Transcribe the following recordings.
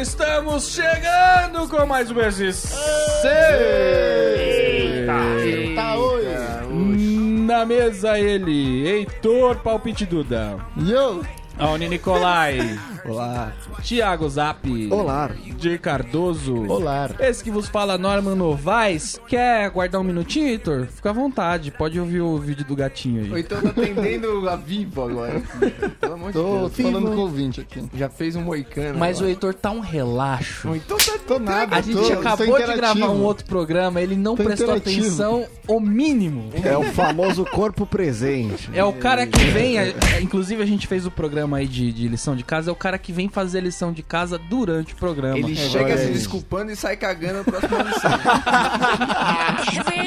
Estamos chegando com mais um SC. Eita, oi! Na mesa ele, Heitor Palpite Duda. Yo! Aoni Nicolai. Olá! Thiago Zap. Olá! Di Cardoso. Olá! Esse que vos fala, Norman Novaes. Quer guardar um minutinho, Heitor? Fica à vontade, pode ouvir o vídeo do gatinho aí. Ou então tá atendendo a vivo agora. Pelo amor de Tô, tô Deus. falando com o ouvinte aqui. Já fez um moicano. Mas o agora. Heitor tá um relaxo. Ou Então tá Tô nada, A gente tô, tô acabou de é interativo. gravar um outro programa, ele não Tô prestou interativo. atenção o mínimo. É o famoso corpo presente. É o cara que vem, é- é, inclusive a gente fez o programa aí de, de lição de casa, é o cara que vem fazer a lição de casa durante o programa. Ele É, chega olha se aí. desculpando e sai cagando na próxima missão.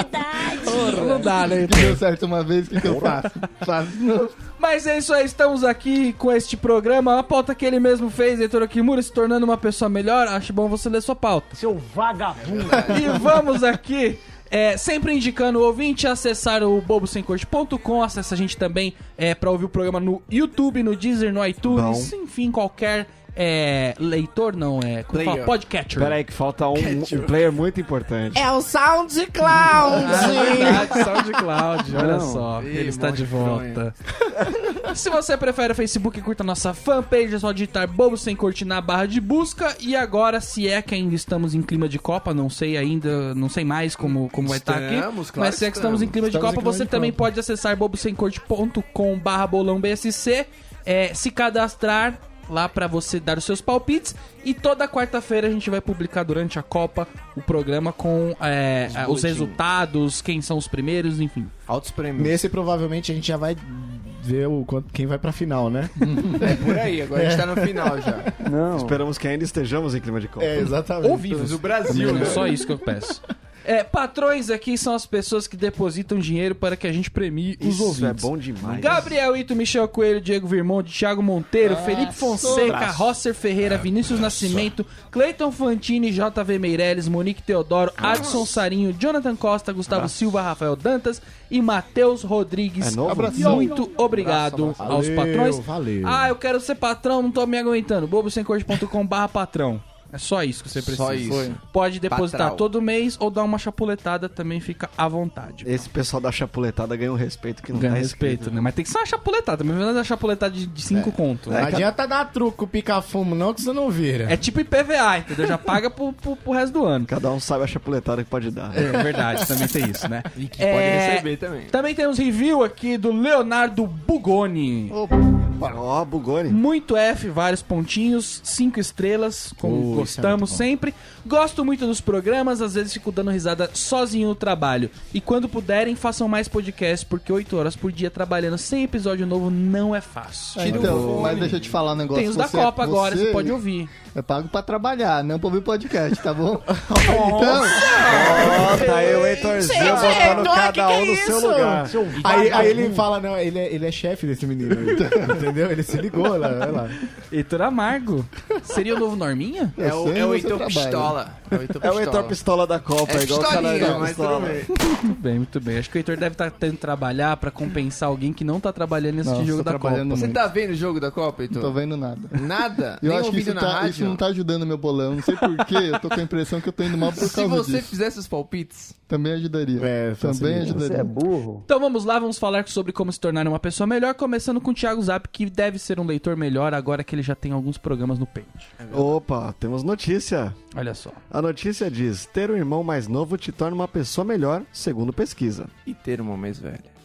É verdade. Não dá, né? Que deu certo uma vez, o que, que eu faço? faço de novo. Mas é isso aí, estamos aqui com este programa. A pauta que ele mesmo fez, Heitor Okimura, se tornando uma pessoa melhor. Acho bom você ler sua pauta. Seu vagabundo! e vamos aqui. é, sempre indicando o ouvinte a acessar o bobosemcorte.com. Acessa a gente também é, para ouvir o programa no YouTube, no Deezer, no iTunes, enfim, qualquer é, leitor, não, é. Como Player. fala? Podcatcher. Peraí que falta um, um player muito importante. É o SoundCloud! É Ah, Verdade, SoundCloud, olha Não. só, Ih, ele está monte de de volta. Se você prefere o Facebook, curta a nossa fanpage, é só digitar Bobo Sem Corte na barra de busca. E agora, se é que ainda estamos em clima de Copa, não sei ainda, não sei mais como, como vai estar aqui. Estamos, claro mas se é que que estamos em clima de Estamos em Copa, clima você de também Copa. pode acessar bobosemcorte.com barra bolão BSC, é, se cadastrar lá pra você dar os seus palpites e toda quarta-feira a gente vai publicar durante a Copa o programa com é, ah, os boletins. resultados, quem são os primeiros, enfim. Altos prêmios. Nesse provavelmente a gente já vai ver o, quanto- quem vai pra final, né? É por aí, agora a gente tá no final já. Não. Esperamos que ainda estejamos em clima de Copa. É, exatamente. Ou vivos. o Brasil, né? né? É só isso que eu peço. É, patrões aqui são as pessoas que depositam dinheiro para que a gente premie os Isso é ouvintes. bom demais. Gabriel Ito, Michel Coelho, Diego Virmonte, Thiago Monteiro, Felipe Fonseca, Rosser Ferreira, Vinícius Nascimento, Cleiton Fantini, JV Meirelles, Monique Teodoro, Adson Sarinho, Jonathan Costa, Gustavo Silva, Rafael Dantas e Matheus Rodrigues. É novo? Abração. Muito obrigado Abraço, aos Valeu, patrões. valeu. Ah, eu quero ser patrão, não tô me aguentando. bobosemcorte.com barra patrão. É só isso que você precisa. Só isso. Foi. Pode depositar Patral. todo mês ou dar uma chapuletada também, fica à vontade. Esse pessoal da chapuletada ganha um respeito que não Ganha tá respeito, né? Mas tem que ser uma chapuletada, mas não é uma chapuletada de 5 conto. Não né? adianta dar truco, pica-fumo, não, que você não vira. É tipo IPVA, entendeu? Já paga pro, pro, pro resto do ano. Cada um sabe a chapuletada que pode dar. É verdade, também tem isso, né? E que É, pode receber também. Também temos review aqui do Leonardo Bugoni. Ó, Bugoni. Muito F, vários pontinhos, cinco estrelas, como Ui, isso é muito gostamos bom. sempre. Gosto muito dos programas, às vezes fico dando risada sozinho no trabalho. E quando puderem, façam mais podcasts, porque oito horas por dia trabalhando sem episódio novo não é fácil. Ah, então, mas deixa eu te falar um negócio. Tem os da Você- Copa agora, você você pode ouvir. É pago pra trabalhar, não pra ouvir podcast, tá bom? então, Ó, tá aí o Heitorzinho botando é cada é um no seu lugar. aí, aí ele fala, não, ele é, ele é chefe desse menino, então, entendeu? Ele se ligou lá, olha lá. Heitor Amargo. Seria o novo Norminha? Eu É o, sei, é o você Heitor trabalha. Pistola. É o Heitor É o Pistola. Heitor Pistola da Copa, É igual o cara pistolinha, da mas tudo Pistola. bem. Muito bem, muito bem. Acho que o Heitor deve estar tentando trabalhar pra compensar alguém que não tá trabalhando nesse Nossa, jogo tô da Copa. trabalhando Você muito. tá vendo o jogo da Copa, Não tô Heitor? vendo nada. Nada? Eu Nem acho que ouvindo isso, na tá- rádio? isso não tá ajudando meu bolão. Não sei porquê, eu tô com a impressão que eu tô indo mal por Se causa você disso. fizesse os palpites, Também ajudaria. É, Também ajudaria. Então vamos lá, vamos falar sobre como se tornar uma pessoa melhor, começando com o Thiago Zap, que deve ser um leitor melhor agora que ele já tem alguns programas no pente. Opa, temos notícia. Olha só. A notícia diz: ter um irmão mais novo te torna uma pessoa melhor, segundo pesquisa. e ter uma mais velha.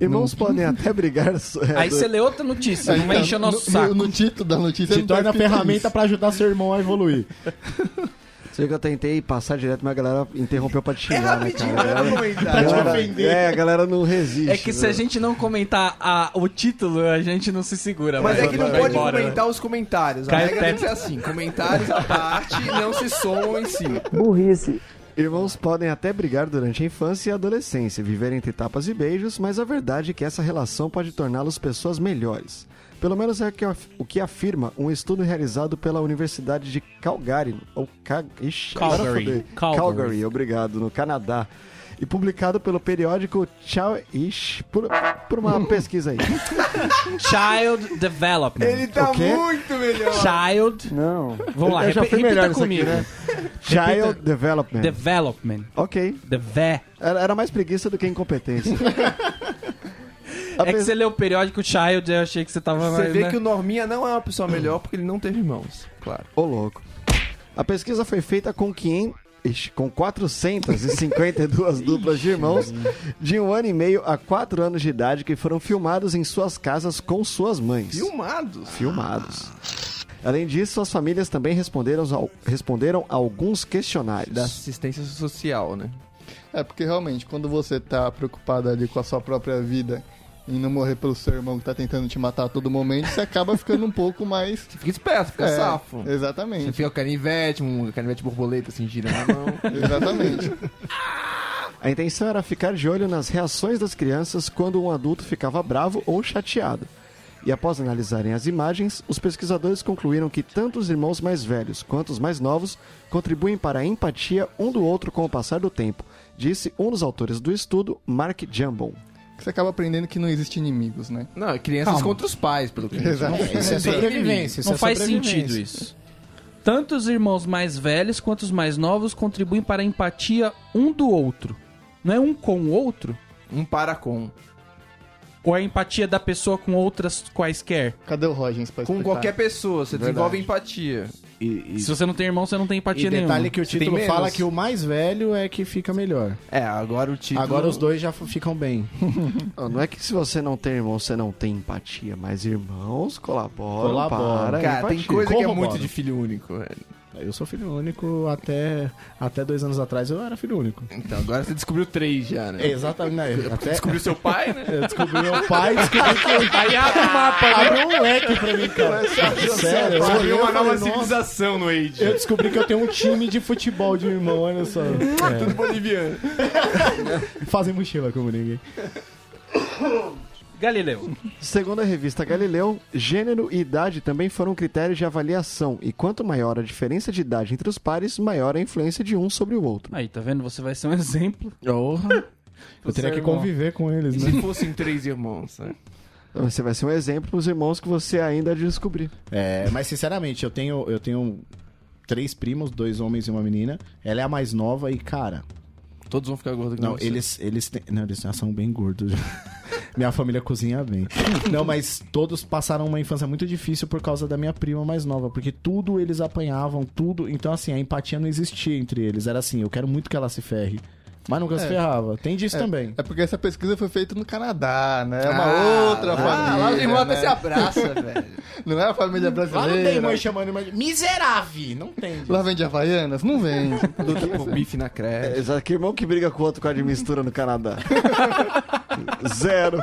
Irmãos podem até brigar. so- é, Hum. Aí do- você lê outra É, notícia, não vai tá Então, encher o nosso no, saco. No, no título da notícia, Se não torna a fica ferramenta pra ajudar seu irmão a evoluir. Você viu que eu tentei passar direto, mas a galera interrompeu pra te É É xingar, né, cara? A É. galera- comentar. a né, galera- É, a galera não resiste. É que se né? a gente não comentar a- o título, a gente não se segura. Mas é que não vai pode embora, né? comentar os comentários. A Cai o regra tem que teto. ser assim: comentários à parte não se somam em si. Irmãos podem até brigar durante a infância e a adolescência, viver entre tapas e beijos, mas a verdade é que essa relação pode torná-los pessoas melhores. Pelo menos é o que af- o que afirma um estudo realizado pela Universidade de Calgary, ou Ca... Ixi, agora Calgary. fudeu. Calgary. Calgary, obrigado, no Canadá. e publicado pelo periódico Tchau. Ixi, por, por uma pesquisa aí. Child Development. Ele tá O quê? muito melhor. Child. Não. Vamos lá, Eu já repi- fui melhor repita nisso comigo. aqui, né? Child Development. Development. Ok. Deve. Era, era mais preguiça do que incompetência. É que você leu o periódico Child, eu achei que você tava Você mais, vê né? que o Norminha não é uma pessoa melhor porque ele não teve irmãos. Claro. Ô, louco. A pesquisa foi feita com 500. ixi, Com 452 duplas de irmãos de um ano e meio a quatro anos de idade que foram filmados em suas casas com suas mães. Filmados. Filmados. Além disso, suas famílias também responderam, ao- responderam a alguns questionários. Da assistência social, né? É porque realmente, quando você tá preocupado ali com a sua própria vida e não morrer pelo seu irmão que tá tentando te matar a todo momento, você acaba ficando um pouco mais. Você fica esperto, fica É, safo. Você Exatamente. fica com canivete, um canivete borboleta assim, girando na mão. Exatamente. A intenção era ficar de olho nas reações das crianças quando um adulto ficava bravo ou chateado. E após analisarem as imagens, os pesquisadores concluíram que tanto os irmãos mais velhos quanto os mais novos contribuem para a empatia um do outro com o passar do tempo, disse um dos autores do estudo, Mark Jambon. Você acaba aprendendo que não existe inimigos, né? Não, é crianças Calma. contra os pais, pelo que eu entendi. Exatamente. Isso é sobrevivência. isso Não é faz sobrevivência. sentido isso. Tanto os irmãos mais velhos quanto os mais novos contribuem para a empatia um do outro. Não é um com o outro? Um para com. Ou é a empatia da pessoa com outras quaisquer? Cadê o Rogens pra Com explicar? qualquer pessoa, você desenvolve empatia. E, Se você não tem irmão, você não tem empatia e detalhe nenhuma. que o Você título tem fala menos. que o mais velho é que fica melhor. É, agora o título. Agora os dois já f- ficam bem. Ah, Não é que se você não tem irmão, você não tem empatia, mas irmãos colaboram, Colaboram. para a Cara, tem empatia. coisa que é Corrobora. muito de filho único, velho. Eu sou filho único até, até dois anos atrás. Eu era filho único. Então, agora você descobriu três já, né? Exatamente. né? Até Descobriu seu pai, né? eu descobri meu pai, descobri que Aí abre o mapa. né? abriu um leque pra mim, cara. É, Sério, eu, olhei, Descobriu eu uma falei, nova "Nossa". civilização no Age. Eu descobri que eu tenho um time de futebol de um irmão, olha só. É. Tudo boliviano. Fazem mochila como ninguém. Galileu. Segundo a revista Galileu, gênero e idade também foram critérios de avaliação, e quanto maior a diferença de idade entre os pares, maior a influência de um sobre o outro. Aí, tá vendo? Você vai ser um exemplo. Eu teria que irmão. conviver com eles, E né? se fossem três irmãos, né? Então Você vai ser um exemplo para os irmãos que você ainda há de descobrir. É, mas sinceramente, eu tenho, eu tenho três primos, dois homens e uma menina. Ela é a mais nova e, cara, Todos vão ficar gordos. não, com você. eles, eles, têm- não, eles já são bem gordos. minha família cozinha bem. Não, mas todos passaram uma infância muito difícil por causa da minha prima mais nova, porque tudo eles apanhavam, tudo. Então, assim, a empatia não existia entre eles. Era assim, eu quero muito que ela se ferre. Mas nunca se É. ferrava. Tem disso É, também. É porque essa pesquisa foi feita no Canadá, né? É uma Ah, outra lá, família. Lá os irmãos até né? se abraçam, velho. Não é a família Lá não brasileira. tem mãe chamando mas... Miserável! Não tem. Lá vende Havaianas? Não vende. Do tipo bife na creche. Exato, que é irmão que briga com o outro com a de mistura no Canadá. Zero.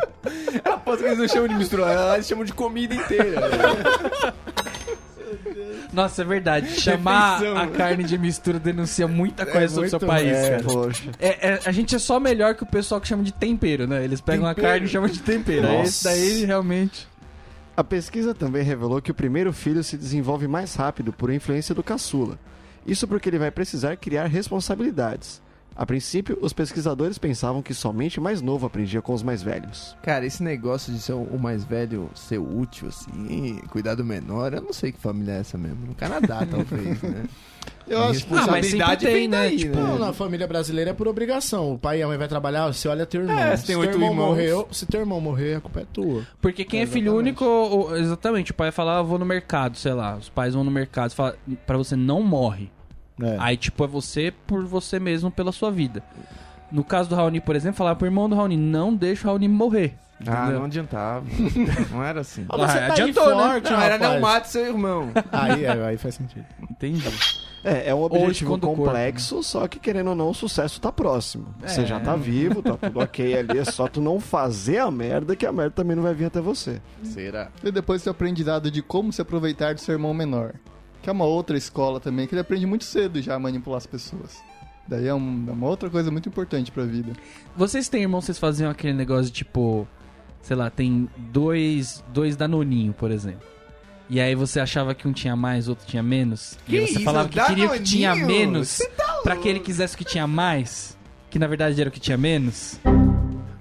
Aposto que eles É, não chamam de mistura, lá eles chamam de comida inteira. né? Nossa, é verdade. Chamar Refeição, a né? carne de mistura denuncia É muita coisa sobre o seu país, cara. Poxa. É, é, a gente é só melhor que o pessoal que chama de tempero, né? Eles pegam a carne e chamam de tempero. Aí Nossa. Esse daí realmente. A pesquisa também revelou que o primeiro filho se desenvolve mais rápido por influência do caçula. Isso porque ele vai precisar criar responsabilidades. A princípio, os pesquisadores pensavam que somente o mais novo aprendia com os mais velhos. Cara, esse negócio de ser o mais velho ser útil, assim, cuidar do menor, eu não sei que família é essa mesmo. No Canadá, talvez, né? Eu acho que Ah, mas Responsabilidade sempre tem, vem né? daí, Tipo, Não, na família brasileira é por obrigação. O pai e a mãe vai trabalhar, você olha teu irmão. É, se se tem teu oito irmão irmãos. morreu, se teu irmão morrer, a culpa é tua. Porque quem é filho único, o- o- exatamente, o pai fala, "Ah, vou no mercado, sei lá. Os pais vão no mercado e falam, pra você não morre. Aí, tipo, é você por você mesmo, pela sua vida. No caso do Raoni, por exemplo, falava pro irmão do Raoni, não deixa o Raoni morrer. Ah, Entendeu? não adiantava. Não era assim. Ah, Ah, você tá adiantou, aí né? forte, Não, era rapaz. não mate seu irmão. Aí, é, aí faz sentido. Entendi. É, é um objetivo esconda o corpo, complexo, só que querendo ou não, o sucesso tá próximo. Você já tá vivo, tá tudo ok ali, é só tu não fazer a merda que a merda também não vai vir até você. Será? E depois seu aprendizado de como se aproveitar do seu irmão menor. Que é uma outra escola também, que ele aprende muito cedo já a manipular as pessoas. Daí é, um- é uma outra coisa muito importante pra vida. Vocês têm irmão, vocês faziam aquele negócio de, tipo, sei lá, tem dois, dois danoninho, por exemplo. E aí você achava que um tinha mais, outro tinha menos. Que e você isso, falava que queria o que tinha Danoninho? menos pra que ele quisesse o que tinha mais. que na verdade era o que tinha menos?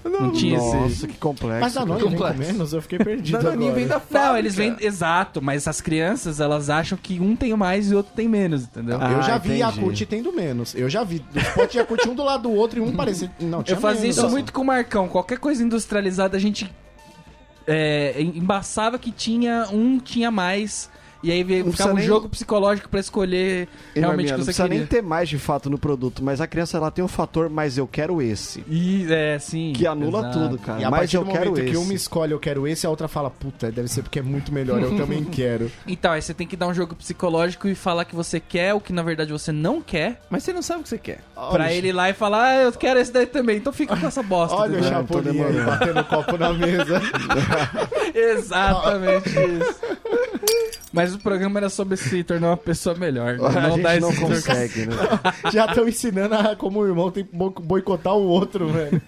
Não, tinha esse. Nossa, que É complexo. Mas ah, a Nani vem com complexo. menos, eu fiquei perdido Danoninho agora. vem da Não, fábrica. eles vêm. Exato, mas as crianças, elas acham que um tem mais e o outro tem menos, entendeu? Ah, eu já vi entendi. Yakut tendo menos. Eu já vi os potes de Yakut um do lado do outro e um parecia. Não, tinha Eu fazia menos, isso assim. muito com o Marcão. Qualquer coisa industrializada a gente é, embaçava que tinha um tinha mais. E aí veio- Não ficava um precisa nem- jogo psicológico pra escolher realmente E, Norminha, o não que você precisa queria. nem ter mais de fato no produto, mas a criança ela tem um fator, mas eu quero esse. E, é, sim. Que anula exato. tudo, E cara. a Mas partir eu do quero momento esse. que um uma escolhe eu quero esse, a outra fala, puta, deve ser porque é muito melhor, eu também quero. Então, aí você tem que dar um jogo psicológico e falar que você quer o que na verdade você não quer. Mas você não sabe o que você quer. pra ele ir lá e falar, ah, eu quero esse daí também. Então fica com essa bosta. Olha o entendeu? Não, tô Chapolin aí, demorando. batendo copo na mesa. Exatamente isso. Mas o programa era sobre se tornar uma pessoa melhor. né? Não, a dá gente não esse- consegue, né? Já estão ensinando a, como o irmão tem que bo- boicotar o outro, velho.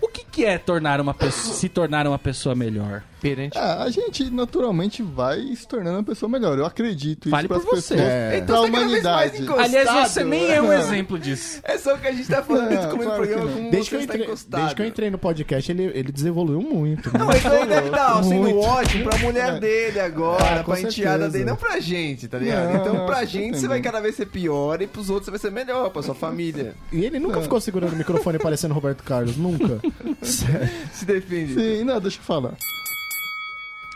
O que, que é tornar uma pessoa, se tornar uma pessoa melhor? Perante. Ah, a gente naturalmente vai se tornando uma pessoa melhor. Eu acredito Fale isso pras por você. pessoas. É. Pra você é cada vez mais humanidade. encostado. Aliás, você nem é um né? É. exemplo disso. É só o que a gente tá falando Não, desde o começo do claro que programa não. como Desde É, que, você eu está tá entrei, encostado. desde que eu entreei no podcast, ele, ele desenvolveu muito. né? Não, mas ele deve dar assim, no Muito. É. ódio pra mulher dele agora, Ah, com pra enteada certeza. dele, não pra gente, tá ligado? Não, então pra com gente você certeza. vai cada vez ser pior e pros outros você vai ser melhor, pra sua família. E ele É. nunca ficou segurando o microfone parecendo Roberto Carlos, nunca. Se defende. Sim, não, deixa eu falar.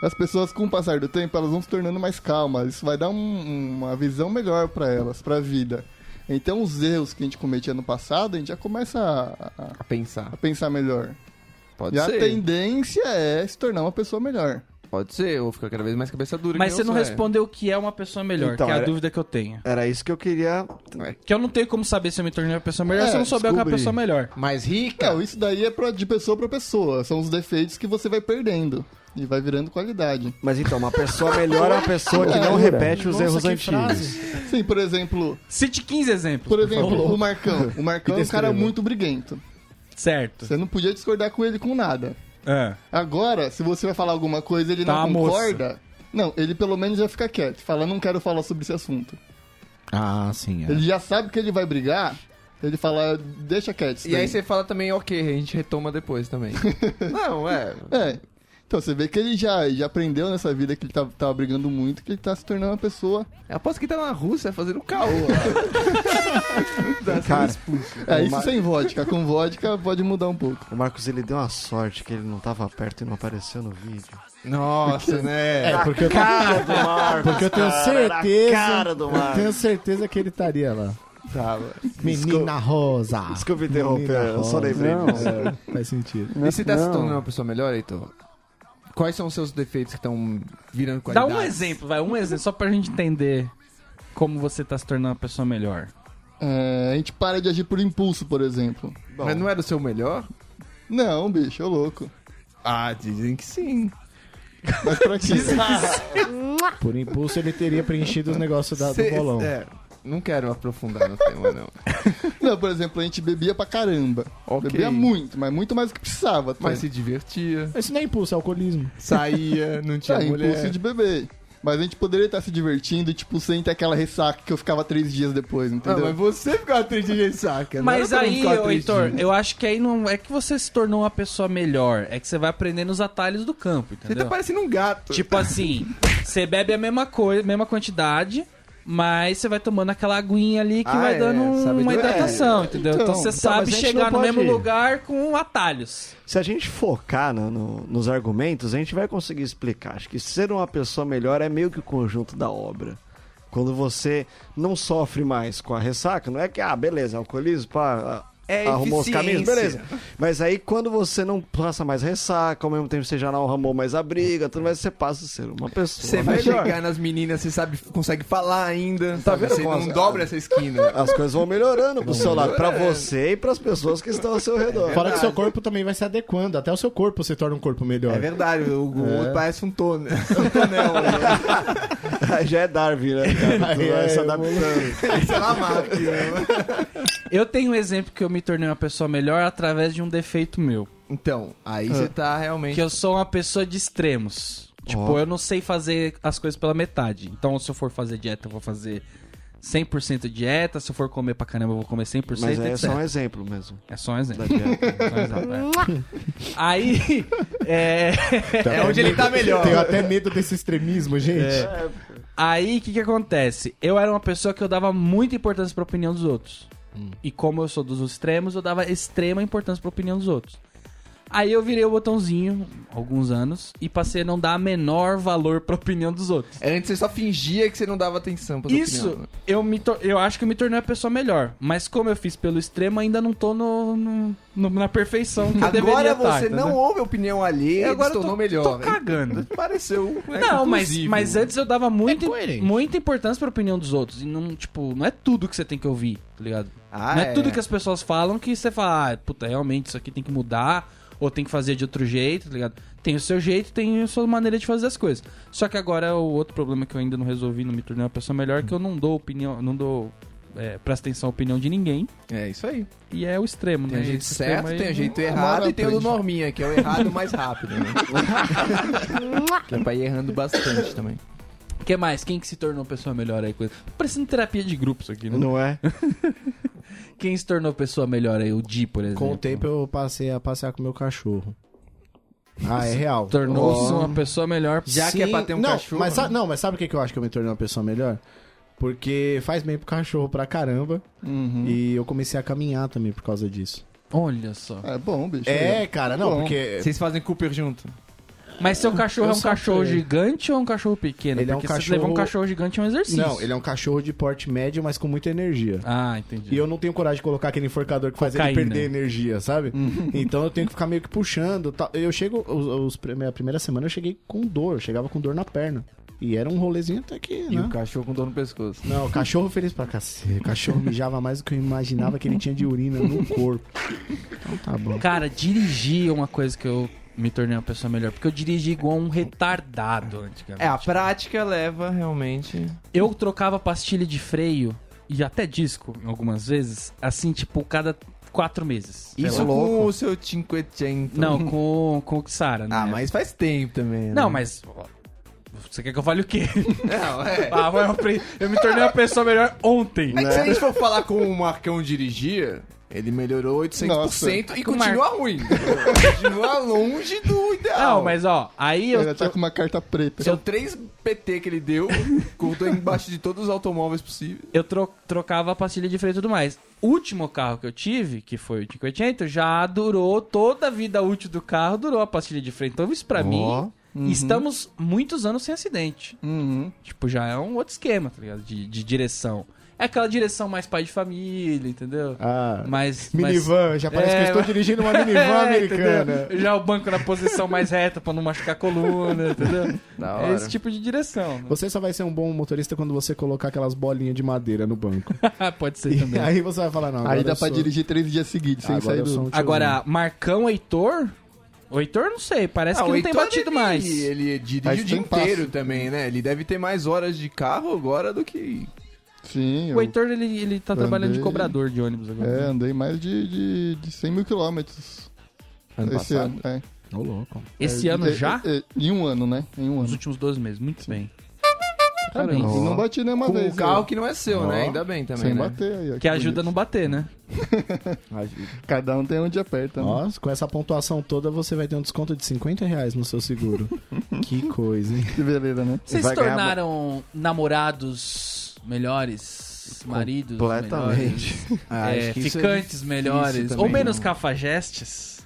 As pessoas, com o passar do tempo, elas vão se tornando mais calmas. Isso vai dar um- uma visão melhor pra elas, pra vida. Então, os erros que a gente cometia no passado, a gente já começa a, a- A pensar. a pensar melhor. Pode e a ser. tendência é se tornar uma pessoa melhor. Pode ser, eu vou ficar cada vez mais cabeça dura. Mas que você nem não eu sou, é. respondeu o que é uma pessoa melhor, Então, que é a era- dúvida que eu tenho. Era isso que eu queria. Que eu não tenho como saber se eu me tornei uma pessoa melhor É, se eu não souber o que é uma descubra aí. pessoa melhor. Mais rica? Não, isso daí é pra- de pessoa pra pessoa. São os defeitos que você vai perdendo. E vai virando qualidade. Mas então, uma pessoa melhor é uma pessoa que não Nossa, repete os Nossa, erros que antigos. frase. Sim, por exemplo... Cite 15 exemplos. Por exemplo, o Marcão. O Marcão é um cara descreva. muito briguento. Certo. Você não podia discordar com ele com nada. É. Agora, se você vai falar alguma coisa e ele Tá, não concorda, não, ele pelo menos já fica quieto. Fala, não quero falar sobre esse assunto. Ah, sim. É. Ele já sabe que ele vai brigar, ele fala, deixa quieto. isso E aí daí." você fala também, ok, a gente retoma depois também. não, é. É. Então você vê que ele já, já aprendeu nessa vida que ele tá- tava brigando muito, que ele tá se tornando uma pessoa. Eu aposto que tá na Rússia fazendo caô lá. Tá sendo Cara, O É isso Mar- sem vodka. Com vodka pode mudar um pouco. O Marcos ele deu uma sorte que ele não tava perto e não apareceu no vídeo. Nossa, né? É, porque eu, Cara do Marcos. porque eu tenho cara, era a certeza. cara do eu tenho Marcos. certeza que ele estaria lá. Tava. Menina Rosa. Desculpa Menina interromper, eu só Rosa. lembrei Não, disso. é, faz sentido. E você tá se tornando uma pessoa melhor, Heitor? Quais são os seus defeitos que estão virando Dá qualidade? um exemplo, vai, um exemplo, só pra gente entender como você tá se tornando uma pessoa melhor. É, a gente para de agir por impulso, por exemplo. Mas não era o seu melhor? Não, bicho, ô louco. Ah, dizem que sim. Mas pra quê? Por impulso, ele teria preenchido os negócios da- do Cê- bolão. É, não quero aprofundar no tema, não. não, por exemplo, a gente bebia pra caramba. Ok. Bebia muito, mas muito mais do que precisava. tá até. Mas se divertia, Isso não é impulso, é alcoolismo. saía, não tinha Tá, impulso mulher. de beber. Mas a gente poderia estar se divertindo, tipo, sem ter aquela ressaca que eu ficava três dias depois, Não, entendeu? mas você ficava triste de saca. não Mas era pra não aí, ficar ô, triste. tá Heitor, eu acho que aí não é que você se tornou uma pessoa melhor, é que você vai aprendendo os atalhos do campo, Você tá entendeu? parecendo um gato. Tipo assim, você bebe a mesma coisa, mesma quantidade, mas você vai tomando aquela aguinha ali que Ah, vai é, dando um- sabe uma do- hidratação, entendeu? Então, então, você tá, então, mas sabe a gente chegar não no pode- mesmo lugar com atalhos. Se a gente focar no- no- nos argumentos, a gente vai conseguir explicar. Acho que ser uma pessoa melhor é meio que o conjunto da obra. Quando você não sofre mais com a ressaca, não é que, ah, beleza, alcoolismo, pá, ah, É arrumou os caminhos, eficiência. beleza. Mas aí quando você não passa mais ressaca, ao mesmo tempo você já não arrumou mais a briga, tudo mais, você passa a ser uma pessoa Você vai melhor. chegar nas meninas, você sabe, consegue falar ainda. Tá vendo Você como não as- dobra essa esquina. As coisas vão melhorando pro seu lado, pra você e pras pessoas que estão ao seu redor. Fora que seu corpo também vai se adequando. Até o seu corpo se torna um corpo melhor. É verdade, o, o outro parece um né? tono. Aí já é Darwin, né? Cara? Tu vai É, se eu vou- adaptando. Isso é uma máquina. Eu tenho um exemplo que eu me tornei uma pessoa melhor através de um defeito meu. Então, aí você tá realmente. Que eu sou uma pessoa de extremos. Tipo, eu não sei fazer as coisas pela metade. Então, se eu for fazer dieta, eu vou fazer 100% dieta, se eu for comer pra caramba, eu vou comer 100%, Mas é etc. só um exemplo mesmo. É só um exemplo. da dieta. Só um exemplo, é. Aí, é, É onde ele tá melhor. Tenho até medo desse extremismo, É. gente. aí o que que acontece? Eu era uma pessoa que eu dava muita importância pra opinião dos outros. Hum. E como eu sou dos extremos, eu dava extrema importância pra opinião dos outros. Aí eu virei o botãozinho, alguns anos, e passei a não dar menor valor pra opinião dos outros. Antes você só fingia que você não dava atenção pra sua Isso, opinião. né? eu, me tor- eu acho que eu me tornei a pessoa melhor. Mas como eu fiz pelo extremo, ainda não tô no, no- no- na perfeição que eu deveria Agora você estar, não entendeu? ouve a opinião alheia e tá Agora se eu tô- tornou melhor. né? Tô cagando. Pareceu. né, Não, mas, inclusivo. mas antes eu É dava muito, coerente. muita importância pra opinião dos outros. E não, tipo, não é tudo que você tem que ouvir, tá ligado? Ah, não é, tudo que as pessoas falam que você fala, ah, puta, realmente isso aqui tem que mudar, ou tem que fazer de outro jeito, tá ligado? Tem o seu jeito, tem a sua maneira de fazer as coisas. Só que agora o outro problema que eu ainda não resolvi, não me tornei uma pessoa melhor, é que eu não dou opinião, não dou. É, presta atenção à opinião de ninguém. É isso aí. E é o extremo, Tem né? um jeito Esse certo, extremo aí tem um não- jeito uma errado hora e tem o do aprende. Norminha, que é o errado mais rápido, né? que é pra ir errando bastante também. O que mais? Quem que se tornou pessoa melhor aí? Coisa- Tá Parecendo terapia de grupos aqui, né? Não é? Quem se tornou pessoa melhor aí? O Di, por exemplo. Com o tempo eu passei a passear com o meu cachorro. Ah, é real. Tornou-se uma pessoa melhor. Já que é pra ter um não, cachorro, Mas, sa- né? Não, mas sabe o que que eu acho que eu me tornei uma pessoa melhor? Porque faz bem pro cachorro pra caramba. Uhum. E eu comecei a caminhar também por causa disso. Olha só. É bom, bicho. É, cara, não, Bom. porque. Vocês fazem Cooper junto. Mas seu cachorro Eu é um sou cachorro feio. gigante ou é um cachorro pequeno? Ele é um Porque se cachorro- você levar um cachorro gigante é um exercício. Não, ele é um cachorro de porte médio, mas com muita energia. Ah, entendi. E eu não tenho coragem de colocar aquele enforcador que faz ele Cocaína. perder energia, sabe? então eu tenho que ficar meio que puxando. tal. Eu chego, os, os prime- a primeira semana eu cheguei com dor, eu chegava com dor na perna. E era um rolezinho até que. E né? o cachorro com dor no pescoço. Não, o cachorro feliz pra cacete. O cachorro mijava mais do que eu imaginava que ele tinha de urina no corpo. Então tá bom. Cara, dirigir é uma coisa que eu me tornei uma pessoa melhor. Porque eu dirigi igual um retardado antigamente. É, a prática leva realmente. Eu trocava pastilha de freio e até disco algumas vezes, assim, tipo, cada quatro meses. Isso é com o seu 500. Não, com, com o Xara, né? Ah, mas faz tempo também. né? Não, mas. ó, Você quer que eu fale o quê? Não, é. Ah, mas eu, apre- eu me tornei uma pessoa melhor ontem. É que se a gente for falar como o Marcão dirigia, ele melhorou 800% e continua ruim. continua longe do ideal. Não, mas ó, aí eu. Ele tá com uma carta preta. São três PT que ele deu, contou embaixo de todos os automóveis possíveis. eu tro- trocava a pastilha de freio e tudo mais. O último carro que eu tive, que foi o 580, já durou toda a vida útil do carro, durou a pastilha de freio. Então isso pra mim, estamos muitos anos sem acidente. Uhum. Tipo, já é um outro esquema, tá ligado? De, de direção. É aquela direção mais pai de família, entendeu? Ah, Mas, mas- minivan, já parece É, que eu estou mas- É, dirigindo uma minivan americana. é. entendeu? Já o banco na posição mais reta pra não machucar a coluna, entendeu? Da É esse tipo de direção. né? Você só vai ser um bom motorista quando você colocar aquelas bolinhas de madeira no banco. Ah, Pode ser também. Aí você vai falar, não. agora Aí dá eu pra sou- dirigir três dias seguidos, sem agora sair eu sou um do... tiozão. Agora, Marcão, Heitor... O Heitor, não sei, parece Ah, que o não tem Heitor, batido ele- mais. Ele dirige Mas o dia tem passo. inteiro também, né? Ele deve ter mais horas de carro agora do que. Sim, O eu... Heitor, ele, ele tá Andei. trabalhando de cobrador de ônibus agora. É, andei mais de, de, de 100 mil quilômetros. Ano Esse passado. ano, é. Ô, louco. Esse É, ano é, já? é, em um ano, né? Em um Nos ano. últimos 12 meses. Muito bem. Parabéns. E não bati nenhuma Com vez. o carro eu- que não é seu, né? Ainda bem também. Sem né? bater aí, ó, Que ajuda a não bonito. bater, né? Cada um tem onde aperta, né? Nossa, com essa pontuação toda você vai ter um desconto de 50 reais no seu seguro. que coisa, hein? Que beleza, né? Vocês se Vai ganhar tornaram namorados melhores, maridos Completamente. melhores, Ah, é, acho que isso é ficantes difícil melhores, também, ou menos não. cafajestes?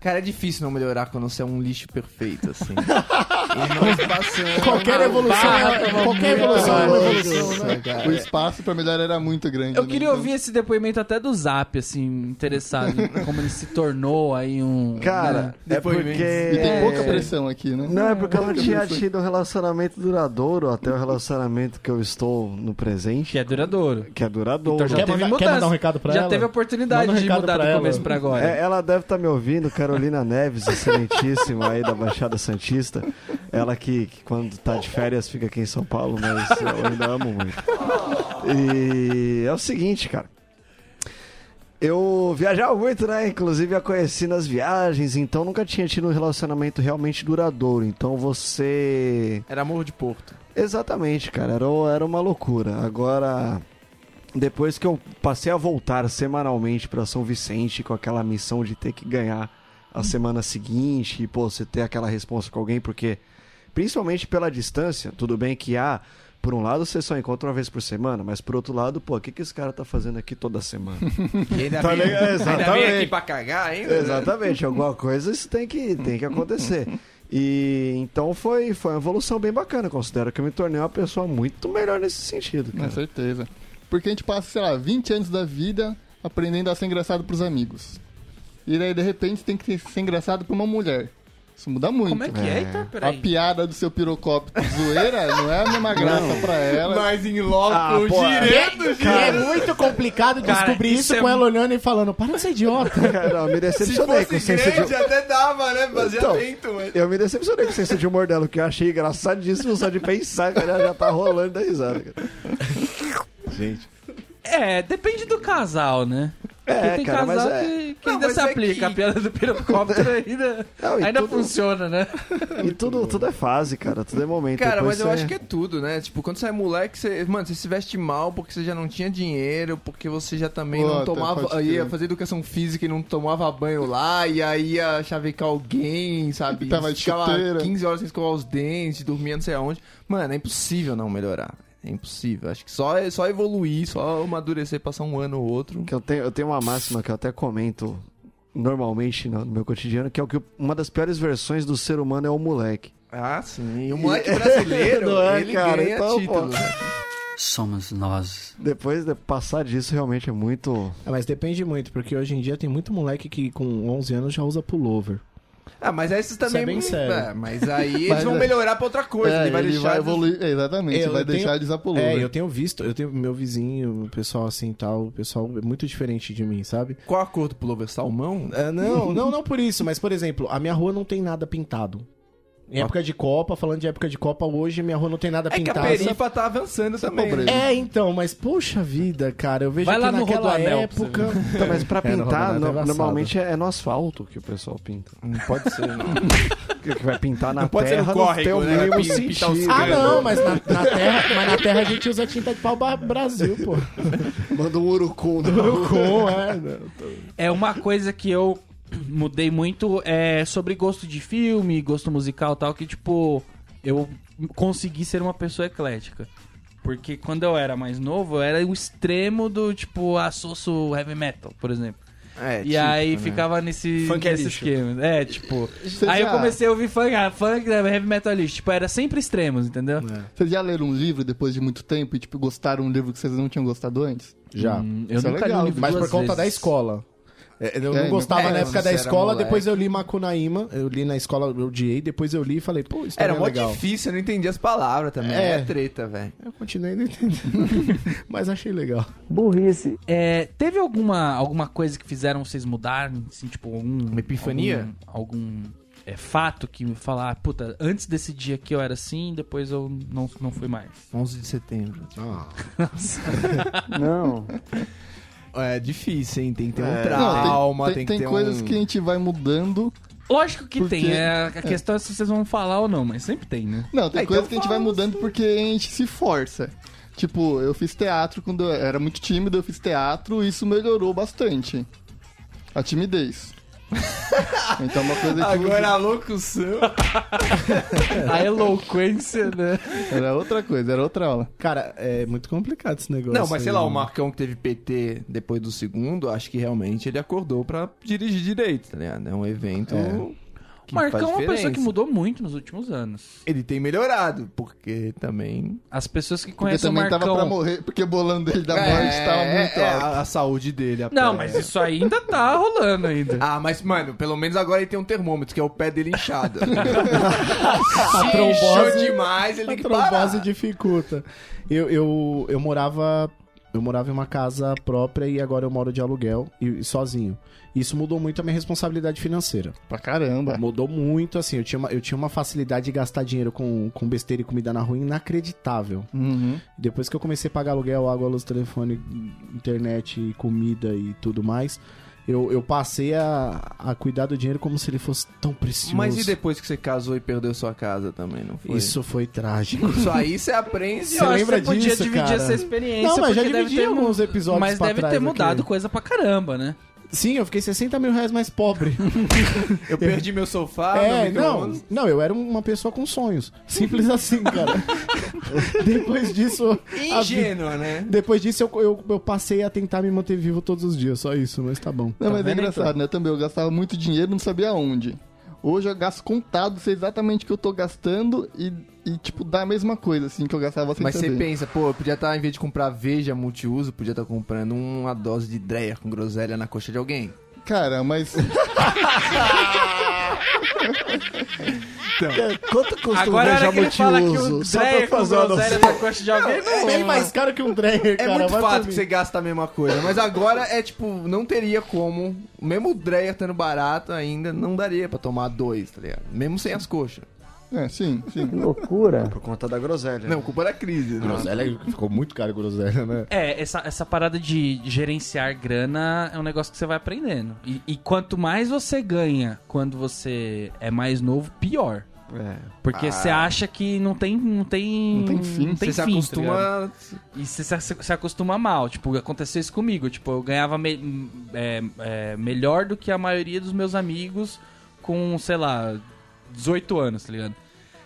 Cara, é difícil não melhorar quando você é um lixo perfeito, assim. e é nós passamos. Qualquer evolução, é, qualquer evolução é uma evolução, né? O espaço pra melhor era muito grande. Eu né? queria Então, ouvir esse depoimento até do Zap, assim, interessado em como ele se tornou aí um... Cara, é Depois vem- porque... E tem pouca pressão aqui, né? Não, é porque eu não Pouca tinha pressão. tido um relacionamento duradouro até o relacionamento que eu estou no presente, Que é duradouro. que é duradouro. Então já Quer teve mandar- mudança. quer mandar um recado pra já ela? teve a oportunidade Manda um de recado mudar pra do ela. começo pra agora. É, ela deve estar me ouvindo, Carolina Neves, excelentíssima aí da Baixada Santista. Ela que, que quando tá de férias fica aqui em São Paulo, mas eu ainda amo muito. E é o seguinte, cara. Eu viajava muito, né? Inclusive a conheci nas viagens, então nunca tinha tido um relacionamento realmente duradouro. Então você Era amor de Porto. Exatamente, cara. Era, era uma loucura. Agora, depois que eu passei a voltar semanalmente para São Vicente com aquela missão de ter que ganhar a semana seguinte e pô, você ter aquela resposta com alguém, porque principalmente pela distância, tudo bem que há por um lado, você só encontra uma vez por semana, mas por outro lado, pô, o que, que esse cara tá fazendo aqui toda semana? E ainda, Tá vem, ligado? ainda vem aqui Exatamente. pra cagar ainda. né? Exatamente, alguma coisa isso tem que, tem que acontecer. E então foi, foi uma evolução bem bacana. Considero que eu me tornei uma pessoa muito melhor nesse sentido. Com Cara. certeza. Porque a gente passa, sei lá, 20 anos da vida aprendendo a ser engraçado pros amigos. E daí, de repente, tem que ser engraçado pra uma mulher. Isso muda muito. Como é que é, Heitor? A Peraí. piada do seu pirocópio zoeira não é a mesma graça pra ela. Mas em loco, Ah, pô, direto, E é muito complicado Cara, descobrir isso isso, é com ela olhando e falando, para de ser idiota. Não, eu me Se decepcionei com o fosse senso grande, de até dava, né? Fazia Então, vento, mas... Eu me decepcionei com o senso de humor dela, o que eu achei engraçadíssimo só de pensar que ela já tá rolando da risada. Cara. É, depende do casal, né? Porque É, tem cara, mas casal é. que, que Não, ainda mas se é aplica. que- A piada do pirocóptero ainda, Não, e ainda tudo- funciona, né? E tudo, tudo é fase, cara, tudo é momento. Cara, Depois mas eu você- acho que é tudo, né? Tipo, quando você é moleque, você, mano, você se veste mal porque você já não tinha dinheiro, porque você já também não Puta, pode tomava. crer. ia fazer educação física e não tomava banho lá, e aí ia chavecar alguém, sabe? E tava de chuteira. 15 horas sem escovar os dentes, dormia não sei aonde. Mano, é impossível não melhorar. É impossível. Acho que só, é só evoluir, só amadurecer, passar um ano ou outro. que eu tenho, eu tenho uma máxima que eu até comento normalmente no, no meu cotidiano, que é o que uma das piores versões do ser humano é o moleque. Ah, sim. E o moleque brasileiro, Não é, ele cara? ganha Então, título. pô. né? Somos nós. Depois de passar disso, realmente é muito. É, mas depende muito, porque hoje em dia tem muito moleque que com 11 anos já usa pullover. Ah, mas aí esses Isso é também. bem sério. É, mas aí eles Mas vão é- melhorar pra outra coisa. É, ele vai deixar. evoluir. é, Exatamente, Eu vai tenho- deixar de né? usar pullover. É, eu tenho visto, eu tenho meu vizinho, o pessoal assim tal, o pessoal é muito diferente de mim, sabe? Qual a cor do pullover? Salmão? É, não, não, não por isso, mas por exemplo, a minha rua não tem nada pintado. Em época de Copa, falando de época de Copa, hoje minha rua não tem nada É que a pintado. perifa tá avançando também. pobreza. né? É, então, mas poxa vida, cara, eu vejo Vai que lá no naquela Rodoanel pra você época. Então, mas pra É, no pintar, Rodoanel no- é embaçado. normalmente é, é no asfalto que o pessoal pinta. Não pode ser, não. Que que vai pintar na pode ser no terra, córrego, não né? tem o Vai mínimo pin- pintar os sentido. Ah, não, mas na, na terra, mas na terra a gente usa tinta de pau ba- Brasil, pô. Manda um urucum. Com, é. É uma coisa que eu mudei muito é sobre gosto de filme, gosto musical e tal, que tipo, eu consegui ser uma pessoa eclética. Porque quando eu era mais novo, eu era o extremo do tipo, associo heavy metal, por exemplo. É, E aí ficava nesse, Funk é nesse lixo. esquema. É, tipo. Você aí eu já- comecei a ouvir funk, ah, funk né, heavy metal lixo. Tipo, era sempre extremos, entendeu? Vocês já leram um livro depois de muito tempo e, tipo, gostaram de um livro que vocês não tinham gostado antes? Já. Hum, eu Isso é nunca li um legal, livro Mas por duas conta vezes. da escola. É, Eu É, não gostava é, na época quando da você era escola, moleque. depois eu li Macunaíma, eu li na escola, eu odiei, depois eu li e falei, pô, isso Era também é mó legal. difícil, eu não entendi as palavras também. É, É. treta, velho. Eu continuei não entendendo, mas achei legal. Burrice. É, teve alguma, alguma coisa que fizeram vocês mudarem? Assim, tipo, algum. Uma epifania? Algum. algum, é, fato que me falar, "Ah, puta, antes desse dia aqui eu era assim, depois eu não, não fui mais. 11 de setembro. Não. É difícil, hein? Tem que ter um É. trauma, tem, tem, tem que ter coisas um... que a gente vai mudando. Lógico que Porque- tem, é, a questão é se vocês vão falar ou não, mas sempre tem, né? Não, tem É, então coisas que a gente vai fala mudando porque a gente se força. Tipo, eu fiz teatro quando eu era muito tímido, eu fiz teatro e isso melhorou bastante. A timidez. então uma coisa que Agora a locução. A eloquência, né? era outra coisa, era outra aula. Cara, é muito complicado esse negócio. Não, mas sei aí, lá, né? o Marcão que teve PT depois do segundo, acho que realmente ele acordou pra dirigir direito, tá ligado? É um evento. que faz Marcão é uma pessoa diferença. que mudou muito nos últimos anos. Ele tem melhorado, porque também. As pessoas que Porque conhecem o também tava pra Marcão. morrer, porque bolando dele da morte tava muito é, alto. a, a saúde dele. a Não, pé. mas isso aí ainda tá rolando ainda. Ah, mas, mano, pelo menos agora ele tem um termômetro, que é o pé dele inchado. Se inchou Ah, trombose- demais, ele A tem que trombose parar. dificulta. Eu, eu, eu morava. Eu morava em uma casa própria e agora eu moro de aluguel e, e sozinho. Isso mudou muito a minha responsabilidade financeira. Pra caramba. Mudou muito, assim. Eu tinha uma, eu tinha uma facilidade de gastar dinheiro com, com besteira e comida na rua inacreditável. Uhum. Depois que eu comecei a pagar aluguel, água, luz, telefone, internet, comida e tudo mais, Eu, eu passei a, a cuidar do dinheiro como se ele fosse tão precioso. Mas e depois que você casou e perdeu sua casa também, não foi? Isso foi trágico. Isso aí você aprende. Você lembra você podia disso, dividir cara? essa experiência. Não, mas já porque deve dividi ter mu- alguns episódios Mas pra deve trás ter aqui. mudado coisa pra caramba, né? Sim, eu fiquei 60 mil reais mais pobre. Eu perdi meu Ah, sofá, é, então meu não, micro-ondas. não, eu era uma pessoa com sonhos. Simples assim, cara. Depois disso. a vi- Ingênua, né? Depois disso, eu, eu, eu passei a tentar me manter vivo todos os dias, só isso, mas tá bom. Não, mas é vendo, engraçado, então? né? Também eu gastava muito dinheiro, não sabia onde. Hoje eu gasto contado, sei exatamente o que eu tô gastando e, e, tipo, dá a mesma coisa, assim, que eu gastava sem Mas você saber. pensa, pô, eu podia estar, em vez de comprar veja multiuso, podia estar comprando uma dose de dreia com groselha na coxa de alguém. Cara, mas... Quanto custa Agora é um a hora beija que ele fala que o multiuso? Só pra Dreyer com fazer uma groselha noção. na coxa de alguém, É bem mais caro que um Dreyer, É cara. muito vai pra fato mim. que você gasta a mesma coisa, mas agora é tipo, não teria como, mesmo o Dreyer estando barato ainda, não daria pra tomar dois, tá ligado? Mesmo sem as coxas. É, sim, sim. Loucura. Por conta da groselha. Não, culpa da crise, né? Groselha É ficou muito caro, groselha, né? É, essa, essa parada de gerenciar grana é um negócio que você vai aprendendo. E, e quanto mais você ganha quando você é mais novo, pior. É. Porque você acha que não tem. Não tem, Não tem fim. Você se tá ligado? acostuma E você se, se acostuma mal. Tipo, aconteceu isso comigo. Tipo, eu ganhava me- é- é, melhor do que a maioria dos meus amigos com, sei lá, 18 anos, tá ligado?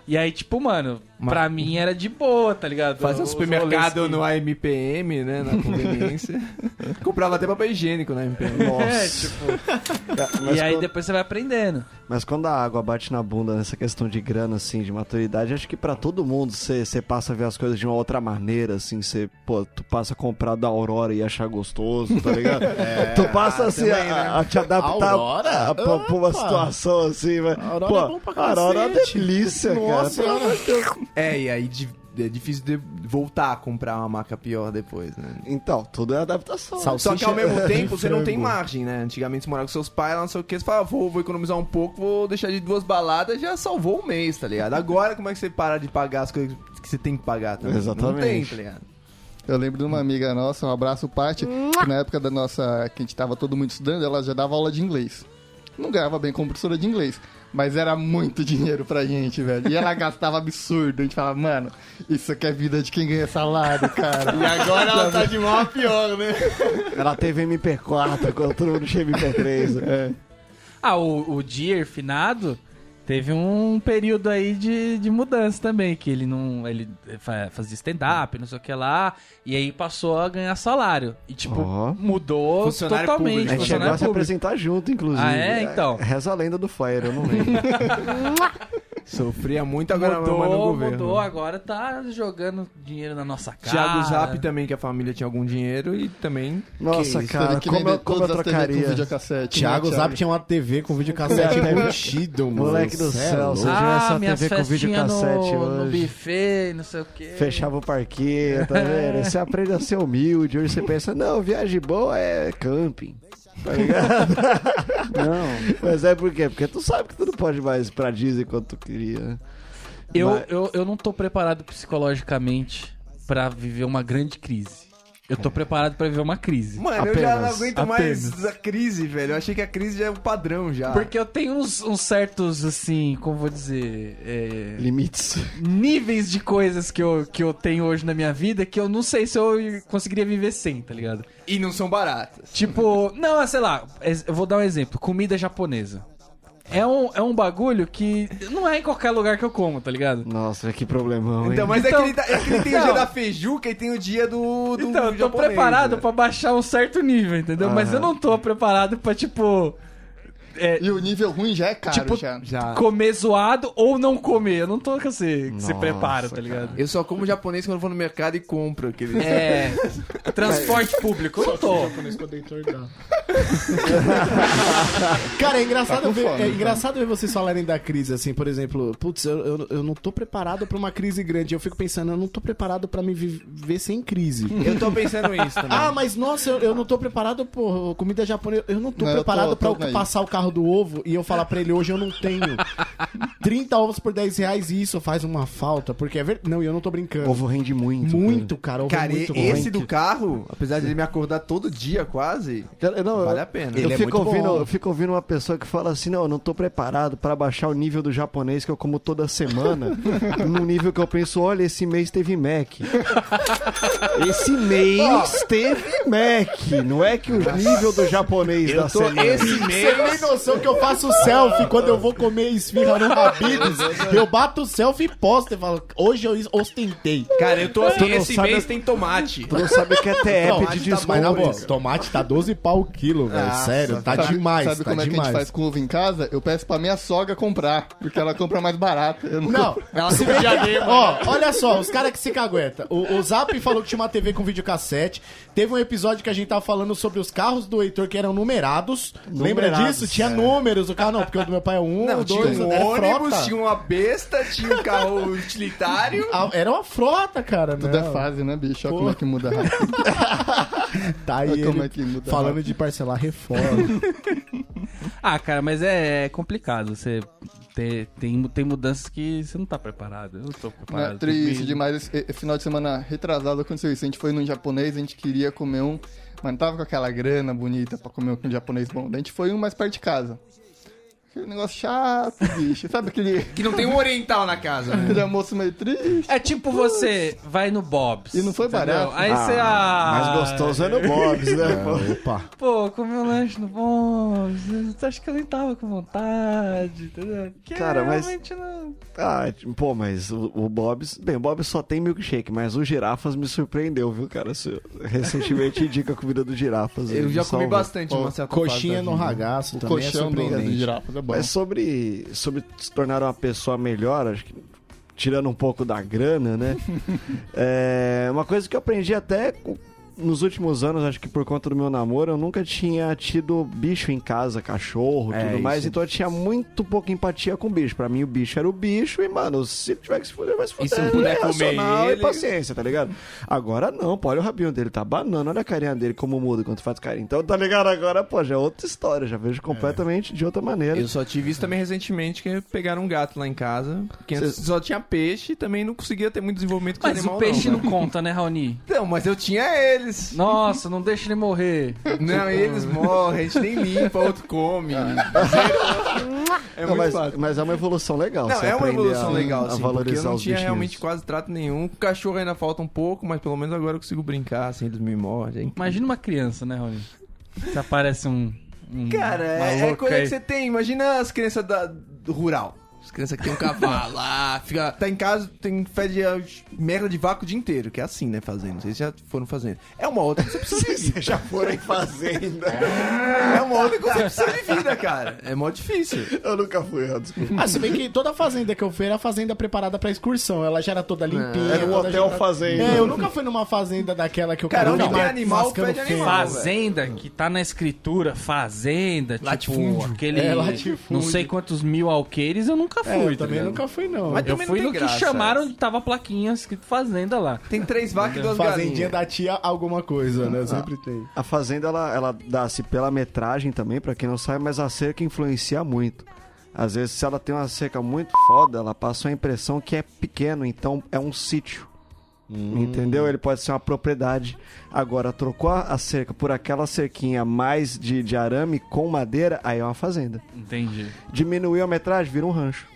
E aí, tipo, mano, Mas- pra mim era de boa, tá ligado? Fazia Os um supermercado rolês que- no AMPM, né? Na conveniência. Comprava até papel higiênico na AMPM. É, Nossa. tipo. Mas e aí quando- depois você vai aprendendo. Mas quando a água bate na bunda nessa questão de grana, assim, de maturidade, acho que pra todo mundo você você passa a ver as coisas de uma outra maneira, assim, você, pô, tu passa a comprar da Aurora e achar gostoso, tá ligado? tu passa, assim, É, também, a, né? a te adaptar Aurora? a- pra, pra uma Opa! situação, assim, mas, Aurora pô, é bom pra cacete. Aurora é uma delícia, Nossa, cara. cara. É, e aí di- é difícil de voltar a comprar uma marca pior depois, né? Então, tudo é adaptação. Só que ao mesmo é tempo você não tem frango. margem, né? Antigamente você morava com seus pais, lá não sei o que, você fala, vou, vou economizar um pouco, vou deixar de duas baladas, já salvou um mês, tá ligado? Agora como é que você para de pagar as coisas que você tem que pagar também? Não Exatamente. tem, tá ligado? Eu lembro de uma amiga nossa, um abraço, Paty, que na época da nossa, que a gente tava todo mundo estudando, ela já dava aula de inglês. Não ganhava bem como professora de inglês, mas era muito dinheiro pra gente, velho. E ela gastava absurdo. A gente falava, mano, isso aqui é vida de quem ganha salário, cara. E agora ela tá de mal a pior, né? Ela teve MP4, quando todo mundo tinha MP3. É. Ah, o, o Dier finado teve um período aí de, de mudança também, que ele não. Ele fa- fazia stand-up, não sei o que lá, e aí passou a ganhar salário. E tipo, Ó. mudou Funcionário totalmente. público. A gente chegou a funcionário se público. apresentar junto, inclusive. Ah, é? Então. Reza a lenda do Fire, eu não lembro. Sofria muito agora mudou, mas no governo. mudou, agora tá jogando dinheiro na nossa cara. Thiago Zap também, que a família tinha algum dinheiro e também Nossa, Isso, cara, era que como vender eu, como eu todas as TV Com trocaria. videocassete, Thiago né, Zap tinha uma TV com videocassete Cara, embutido, mano. É. Moleque do Cê é céu, louco. você viu Ah, essa minhas TV com festinhas videocassete no, no hoje? buffet, não sei o que. Fechava o parquinho, tá vendo? Você aprende a ser humilde. Hoje você pensa, não, viagem boa é camping. Tá ligado? Não. Mas é por quê? Porque tu sabe que tu não pode mais pra Disney quanto tu queria. né? Eu, Mas- eu, eu não tô preparado psicologicamente pra viver uma grande crise. Eu tô preparado pra viver uma crise. Mano, eu já não Apenas. aguento mais a crise, velho. Eu achei que a crise já é o padrão já. Porque eu tenho uns, uns certos, assim, como vou dizer, é, Limites. níveis de coisas que eu, que eu tenho hoje na minha vida que eu não sei se eu conseguiria viver sem, tá ligado? E não são baratas. Tipo, não, sei lá, ex- eu vou dar um exemplo: comida japonesa. É um, é um bagulho que não é em qualquer lugar que eu como, tá ligado? Nossa, que problemão, hein? Então, mas Então- é, que ele, tá- é que ele tem o Não. dia da feijuca e tem o dia do, do Então, eu tô japonês, preparado né? pra baixar um certo nível, entendeu? Mas eu não tô preparado pra, tipo. é, E o nível ruim já é caro, Tipo, já. Já. comer zoado ou não comer. Eu não tô com esse, com esse Nossa, preparo, tá ligado? Eu só como japonês quando eu vou no mercado e compro aquele... É. Transporte público, eu não tô. Cara, é engraçado, com ver, fome, é tá? engraçado ver vocês falarem da crise, assim, por exemplo, putz, eu, eu, eu não tô preparado pra uma crise grande. Eu fico pensando, eu não tô preparado pra me viver sem crise. Eu tô pensando tá? isso também. Ah, mas nossa, eu, eu não tô preparado, porra, comida japonesa. Eu não tô Não, eu tô- preparado tô pra eu com isso. passar o carro do ovo e eu falar pra ele hoje eu não tenho. 30 ovos por 10 reais e isso faz uma falta, porque é verdade. Não, e eu não tô brincando. Ovo rende é muito. Muito, cara. Ovo Cara, é muito e- esse do carro, apesar de ele me acordar todo dia quase, Eu- eu não, vale eu- a pena. Eu, fico ouvindo, eu fico ouvindo uma pessoa que fala assim: não, eu não tô preparado pra baixar o nível do japonês que eu como toda semana. num nível que eu penso: olha, esse mês teve Mac. Esse mês teve Mac. Não é que o nível do japonês da semana. Você tem noção que eu faço selfie quando eu vou comer esfirra no Habib's? Eu bato o selfie e posto e falo, hoje eu ostentei. Cara, eu tô assim, Tu não esse sabe- mês tem tomate. Tu não sabe o que é TEP Tomate de tá Mas na boa, desconto. tomate tá 12 pau o quilo, velho. Nossa, Sério, tá Sabe- demais, Sabe tá como é que a demais. gente faz com ovo em casa? Eu peço pra minha sogra comprar, porque ela compra mais barato. Eu não, Não, ela se vê Ó, olha só, os caras que se cagueta. O, o Zap falou que tinha uma TV com videocassete. Teve um episódio que a gente tava falando sobre os carros do Heitor que eram numerados. Lembra Numerados, disso? é. Tinha números. O carro não, porque o do meu pai é um, Não, tinha dois, um era ônibus, frota. tinha uma besta, tinha um carro utilitário. Ah, Era uma frota, cara. Tudo é não. fase, né, bicho? Pô. Olha como é que muda rápido. Tá aí Olha como ele é que muda falando rápido. de parcelar reforma. Ah, cara, mas é complicado. Você ter- tem, tem mudanças que você não tá preparado. Eu não tô Não, preparado. é triste Tem- demais. Esse, eh, final de semana retrasado aconteceu isso. A gente foi num japonês, a gente queria comer um, mas não tava com aquela grana bonita pra comer um japonês bom. Daí A gente foi um mais perto de casa. Aquele negócio chato, bicho. Sabe aquele, Que não tem um oriental na casa, né? aquele almoço meio triste? É tipo você vai no Bob's. E não foi entendeu? barato. Aí você. Ah, Mais gostoso é no Bob's, né? pô? Opa. Pô, comi um lanche no Bob's. Acho que eu nem tava com vontade, entendeu? Que Cara, mas- realmente não. Ah, tipo, pô, mas o, o Bob's. Bem, o Bob's só tem milkshake, mas o Girafas me surpreendeu, viu, cara? Isso- Recentemente indica a comida do Girafas. Eu ele já comi salvou. bastante uma certa fase Coxinha da no vida. ragaço O também é colchão do, do surpreendente. girafas é bom. Mas sobre, sobre se tornar uma pessoa melhor, acho que tirando um pouco da grana, né? é, uma coisa que eu aprendi até com- nos últimos anos, acho que por conta do meu namoro, eu nunca tinha tido bicho em casa, cachorro, É, tudo mais, isso. então eu tinha muito pouca empatia com o bicho. Pra mim, o bicho era o bicho e, mano, se tiver que se fuder, vai se fuder. se não puder é comer racional ele- e paciência, tá ligado? Agora não, pô, olha o rabinho dele, tá banana, olha a carinha dele, como muda quando faz carinho. Então, tá ligado? Agora, pô, já é outra história, já vejo completamente de outra maneira. Eu só tive isso também recentemente, que pegaram um gato lá em casa. Que antes Cê- só tinha peixe e também não conseguia ter muito desenvolvimento com Mas animal, o peixe não. não, conta, né, Raoni? Então, mas eu tinha eles. Nossa, não deixa ele morrer. Não, eles morrem, a gente nem limpa, outro come. É Não, muito mas, fácil. mas é uma evolução legal. Não, você é uma aprender evolução a- legal, a assim, porque valorizar eu não os tinha bichinhos. realmente quase trato nenhum. Com Cachorro ainda falta um pouco, mas pelo menos agora eu consigo brincar, assim, eles me mordem. Imagina uma criança, né, Raoni? Se aparece um. um Cara, é, é maluco coisa aí. que você tem. Imagina as crianças da, do rural. As crianças que tem um cavalo lá, fica, tá em casa, tem fede a merda de vácuo o dia inteiro, que é assim, né, fazendo. Vocês já foram fazendo. É uma outra concepção de vida. já foram em fazenda. É uma outra concepção de vida, cara. É mó difícil. Eu nunca fui, eu desculpa. Ah, se bem que toda fazenda que eu fui era fazenda preparada pra excursão. Ela já era toda limpinha. Era um toda hotel tá já- fazenda. É, eu nunca fui numa fazenda daquela que eu Cara, ficava onde tem lá animal, mascando pede feno. animal, Fazenda, que tá na escritura, fazenda, tipo, Latifúndio. aquele. É, latifúndio. Não sei quantos mil alqueires, eu nunca fui. É, eu tá também ligado? nunca fui, não. Mas Eu Também não fui tem no que graça. chamaram, tava a plaquinha escrito fazenda lá. Tem três vacas e duas Fazendinha galinhas. da tia alguma coisa, né? Sempre tem. A fazenda, ela, ela dá-se pela metragem também, pra quem não sabe, mas a cerca influencia muito. Às vezes, se ela tem uma cerca muito foda, ela passa a impressão que é pequeno, então é um sítio. Hum. Entendeu? Ele pode ser uma propriedade. Agora, trocou a a cerca por aquela cerquinha mais de, de arame com madeira, aí é uma fazenda. Entendi. Diminuiu a metragem, vira um rancho.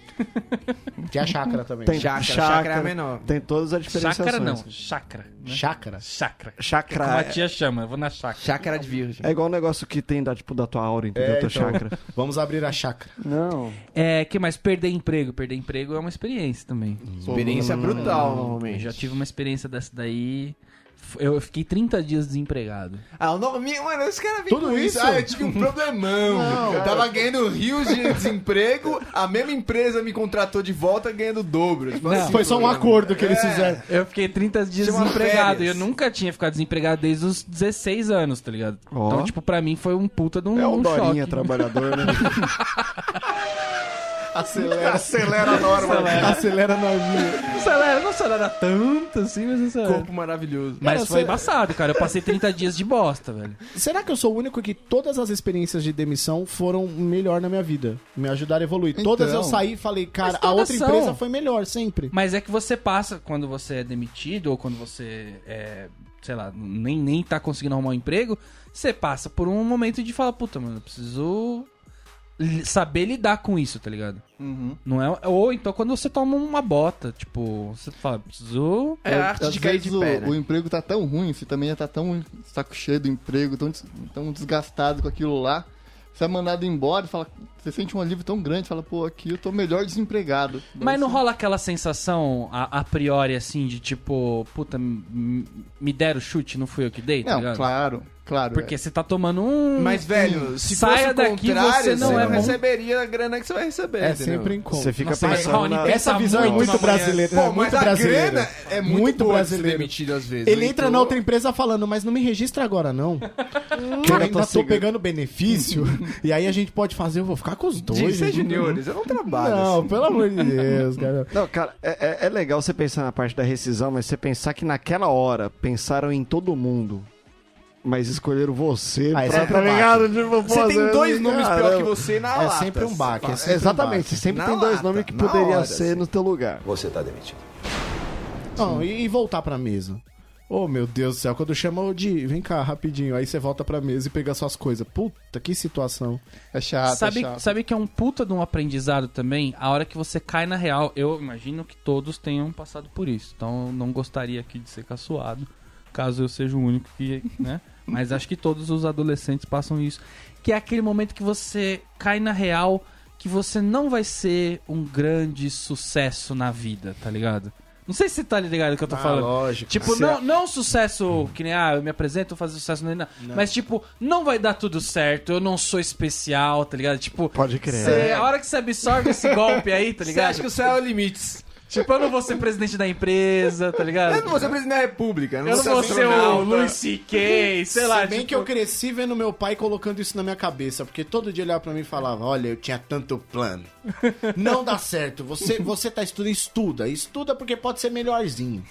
Tinha chácara também. Tem Chácara, chácara, chácara é a menor. Tem todas as diferenciações. Chácara não, chácara. Né? Chácara? Chácara. Chácara Ah, Como a é- tia chama, eu vou na chácara. Chácara de virgem. É igual o negócio que tem da, tipo, da tua aura, entendeu? É, tua então, chácara. Vamos abrir a chácara. Não. É, que mais? Perder emprego. Perder emprego é uma experiência também. Experiência brutal, Eu normalmente. já tive uma experiência dessa daí. F- Eu fiquei 30 dias desempregado. Ah, o nome. Mano, os caras vêm Tudo com isso? Ah, eu tive um problemão. eu tava ganhando rios de desemprego, a mesma empresa me contratou de volta ganhando o dobro. Tipo, assim, Foi só um acordo que eles É. fizeram. Eu fiquei 30 dias Chama desempregado. E eu férias. nunca tinha ficado desempregado desde os 16 anos, tá ligado? É Então, tipo, pra mim foi um puta de um, É o um Dorinha choque. trabalhador, né? Acelera. Acelera a norma. Acelera a norma. Acelera, não acelera tanto assim, mas acelera. Corpo maravilhoso. Mas Cara, foi você- embaçado, cara. Eu passei 30 dias de bosta, velho. Será que eu sou o único que todas as experiências de demissão foram melhor na minha vida? Me ajudaram a evoluir. todas eu Então. saí e falei, cara, Mas a todas outra são. empresa foi melhor sempre. Mas é que você passa, quando você é demitido ou quando você é, sei lá, nem, nem tá conseguindo arrumar um emprego, você passa por um momento de falar, puta, mano, eu preciso li- saber lidar com isso, tá ligado? Uhum. Não é, ou então quando você toma uma bota, tipo, você fala, preciso. É, Às vezes o, né? o emprego tá tão ruim, você também já tá tão saco cheio do emprego, tão, des- tão desgastado com aquilo lá. Você é mandado embora, fala, você sente um alívio tão grande, fala, pô, aqui eu tô melhor desempregado. Mas não rola aquela sensação a, a priori, assim, de tipo, puta, m- m- me deram o chute, não fui eu que dei, tá Não, ligado? claro, é. claro. Porque você tá tomando um. Mas, velho, se saia fosse o daqui, você contrário, não é bom. receberia a grana que você vai receber. É entendeu? sempre encontro. Você fica Nossa, mas pensando Raoni na... pensa Essa visão é muito muito amanhã. brasileira. Pô, é mas muito a brasileira. grana é muito, boa de ser demitida às vezes. Ele né? entra Então, na outra empresa falando, mas não me registra agora, não. Que eu ainda tô pegando benefício. e aí a gente pode fazer, eu vou ficar com os dois. Diz é ser gente. juniores, eu não trabalho Não, assim. pelo amor de Deus, cara. Não, cara, é, é- é legal você pensar na parte da rescisão, mas você pensar que naquela hora pensaram em todo mundo, mas escolheram você Ah, esse é pra, tá baque. ligado? Tipo, Você pô, tem dois né? nomes pior que Caramba. você na É lata. assim. sempre um Tá, baque. É sempre Exatamente, Um você sempre Na tem dois lata, nomes que na poderia hora, ser assim. no teu lugar. Você tá demitido. baque. Não, e, e voltar pra mesa. Ô meu Deus do céu, quando chama o de vem cá rapidinho, aí você volta pra mesa e pega suas coisas. Puta, que situação. É chato, é sabe, chato. sabe que é um puta de um aprendizado também? A hora que você cai na real, eu imagino que todos tenham passado por isso. Então eu não gostaria aqui de ser caçoado, caso eu seja o único que, né? Mas acho que todos os adolescentes passam isso. Que é aquele momento que você cai na real que você não vai ser um grande sucesso na vida, tá ligado? Não sei se você tá ligado o Ah, que eu tô falando. lógico. Tipo, não, não sucesso que nem, ah, eu me apresento, vou fazer sucesso nele, não. Mas, tipo, não vai dar tudo certo, eu não sou especial, tá ligado? Tipo, Pode crer. É, cê- a hora que você absorve esse golpe aí, tá Você ligado? acha que o céu é o limite. Tipo, eu não vou ser presidente da empresa, tá Eu ligado? não vou ser presidente da república. Eu não vou ser o astronauta. Luiz C.K., sei lá. Se bem tipo- que eu cresci vendo meu pai colocando isso na minha cabeça, porque todo dia ele olhava pra mim e falava: Olha, eu tinha tanto plano. Não dá certo. Você, você tá estudando, estuda. Estuda porque pode ser melhorzinho.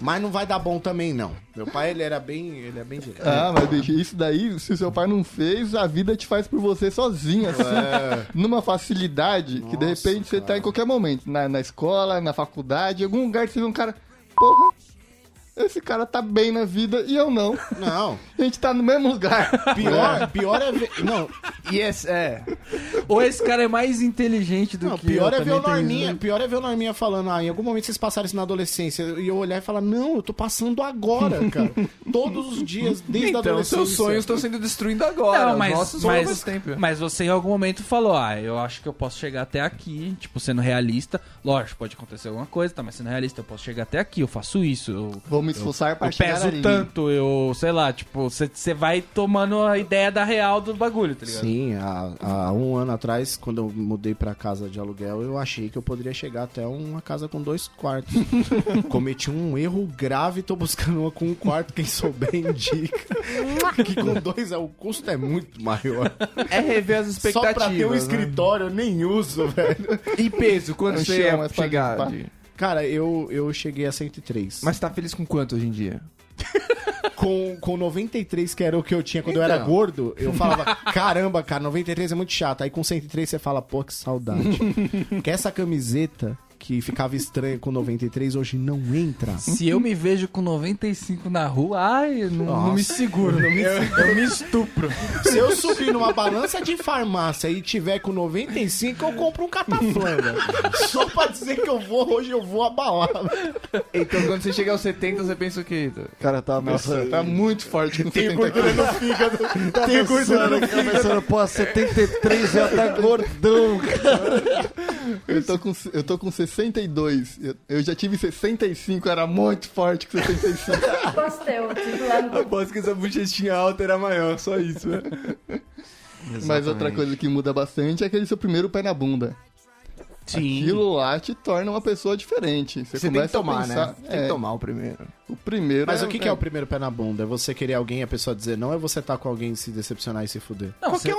Mas não vai dar bom também, não. Meu pai, ele era bem. Ele é bem direto. Ah, mas bicho, isso daí, se o seu pai não fez, a vida te faz por você sozinha, assim, É. numa facilidade que de repente você tá em qualquer momento, na, na escola, na faculdade, em algum lugar que você vê um cara, porra, esse cara tá bem na vida e eu não. Não. A gente tá no mesmo lugar. Pior, pior é ver. Não, Yes, é. Ou esse cara é mais inteligente do não que pior, eu, é ver o também tem isso, Norminha, né? pior é ver o Norminha falando, ah, em algum momento vocês passaram isso na adolescência. E eu olhar e falar, não, eu tô passando agora, cara. Todos os dias, desde a Então, adolescência. seus sonhos estão sendo destruídos agora. Não, os mas, nossos foram mas, faz tempo. mas você em algum momento falou, ah, eu acho que eu posso chegar até aqui, tipo, sendo realista. Lógico, pode acontecer alguma coisa, tá, mas sendo realista, eu posso chegar até aqui, eu faço isso, eu Vou me esforçar pra eu chegar peso ali. tanto, eu sei lá, tipo, você vai tomando a ideia da real do bagulho, tá ligado? Sim, há, há um ano atrás, quando eu mudei pra casa de aluguel, eu achei que eu poderia chegar até uma casa com dois quartos. Cometi um erro grave, tô buscando uma com um quarto, quem souber indica. que com dois é, o custo é muito maior. É rever as Só expectativas. pra ter um né? escritório, eu nem uso, velho. E peso, quanto Eu você é chamo, é mas ia pode chegar? limpar. de- Cara, eu, eu cheguei a 103. Mas tá feliz com quanto hoje em dia? com, com 93, que era o que eu tinha quando eu Então. era gordo, eu falava, caramba, cara, 93 é muito chato. Aí com 103 você fala, pô, que saudade. Porque essa camiseta que ficava estranha com 93 hoje não entra. Se eu me vejo com 95 na rua, ai, eu não, não me seguro. Não me, eu, eu me estupro. Se eu subir numa balança de farmácia e tiver com 95, eu compro um cataflanga. Só pra dizer que eu vou, hoje eu vou abalar. Então, quando você chega aos 70, você pensa o quê? Cara, tá Nossa, pensando, tá muito forte com 70 quilos. tá pensando, tá pensando, pô, 73 já tá gordão, cara. Eu tô com, eu tô com 62. Eu, eu já tive 65, era muito forte com 65. Postel, tipo lá no Aposto que essa bochechinha alta era maior, só isso. né? Mas outra coisa que muda bastante é aquele seu primeiro pé na bunda. Sim. Aquilo lá te torna uma pessoa diferente. Você, Você tem começa que tomar, a pensar, É. né? Você tem que tomar o primeiro. O primeiro Mas é- o que, que é o primeiro pé na bunda? É você querer alguém e a pessoa dizer não, é você tá com alguém e se decepcionar e se fuder. você-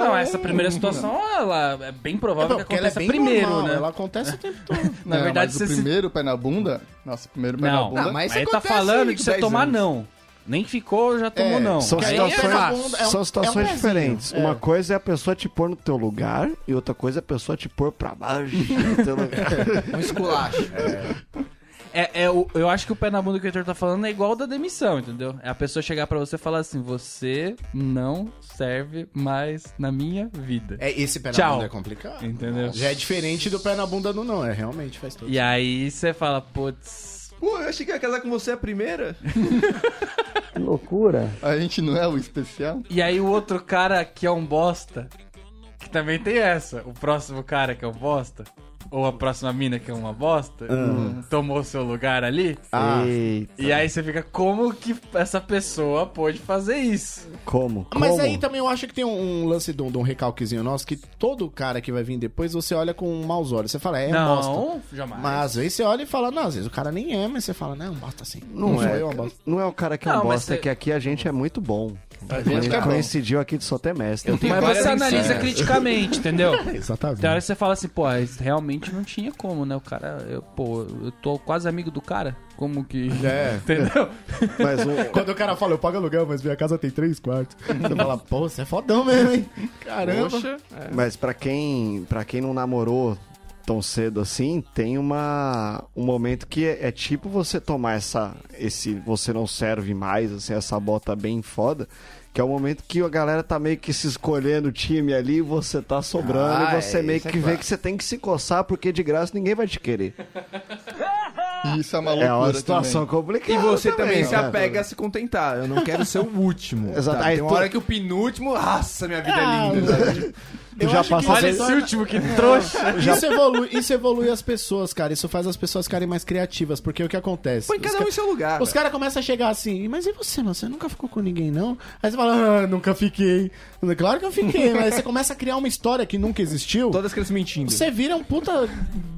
Não, essa primeira situação, ela é bem provável É, que porque ela é aconteça bem primeiro, normal, né? ela acontece o tempo todo. Na Não, verdade, mas você o se- primeiro pé na bunda... Nossa, o primeiro pé na Não, bunda... não, mas ele tá falando de você tomar não. Nem ficou, já tomou É, não. São Que aí é situações, fácil. são situações diferentes. É. Uma coisa é a pessoa te pôr no teu lugar e outra coisa é a pessoa te pôr pra baixo do teu lugar. Um esculacho. É, é o- eu acho que o pé na bunda que o Heitor tá falando é igual ao da demissão, entendeu? É a pessoa chegar pra você e falar assim: você não serve mais na minha vida. É, esse pé na Tchau. bunda é complicado. Entendeu? Já é diferente do pé na bunda do não, é realmente faz todo E aí você fala, putz. Pô, eu achei que ia casar com você a primeira. Que loucura. A gente não é o especial? E aí o outro cara que é um bosta, que também tem essa. O próximo cara que é um bosta, ou a próxima mina que é uma bosta, Hum. tomou seu lugar ali. Ah. E aí você fica, como que essa pessoa pôde fazer isso? Como? Mas aí também eu acho que tem um, um lance de um, de um recalquezinho nosso que todo cara que vai vir depois você olha com maus olhos. Você fala, é, é um Não, bosta. jamais. Mas às vezes você olha e fala, não, às vezes o cara nem é, mas você fala, não, é um bosta assim. Não, sou é, eu, é um bosta. não é o cara que é um Não, mas bosta, você- é que aqui a gente é muito bom. A A gente gente é bom. coincidiu aqui de só ter mestre. Mas você analisa criticamente, entendeu? Exatamente. Tem hora que você fala assim, pô, mas realmente não tinha como, né? O cara, eu, pô, eu tô quase amigo do cara. Como que. É. Entendeu? Mas o- Quando o cara fala, eu pago aluguel, mas minha casa tem três quartos. Você fala, pô, você é fodão mesmo, hein? Caramba. Poxa. Mas pra quem, pra quem não namorou tão cedo assim, tem uma um momento que é, é tipo você tomar essa esse você não serve mais, assim, essa bota bem foda, que é o momento que a galera tá meio que se escolhendo o time ali, você tá sobrando Ah, e você é, meio isso é que vê claro. que você tem que se coçar porque de graça ninguém vai te querer. Isso é uma É uma loucura situação também. complicada. E você também, se cara. apega a se contentar. Eu não quero ser o último. Exato. Tá, Aí tem uma tu- hora que o penúltimo. Nossa, minha vida é linda. sabe? Tu já passa Olha esse último, que trouxa. Isso evolui, isso evolui as pessoas, cara. Isso faz as pessoas ficarem mais criativas, porque é o que acontece? Põe Os cada ca- um em seu lugar. Os caras começam a chegar assim, mas e você, mano? Você nunca ficou com ninguém, não? Aí você fala, ah, nunca fiquei. Claro que eu fiquei, mas aí você começa a criar uma história que nunca existiu. Todas crianças mentindo. Você vira um puta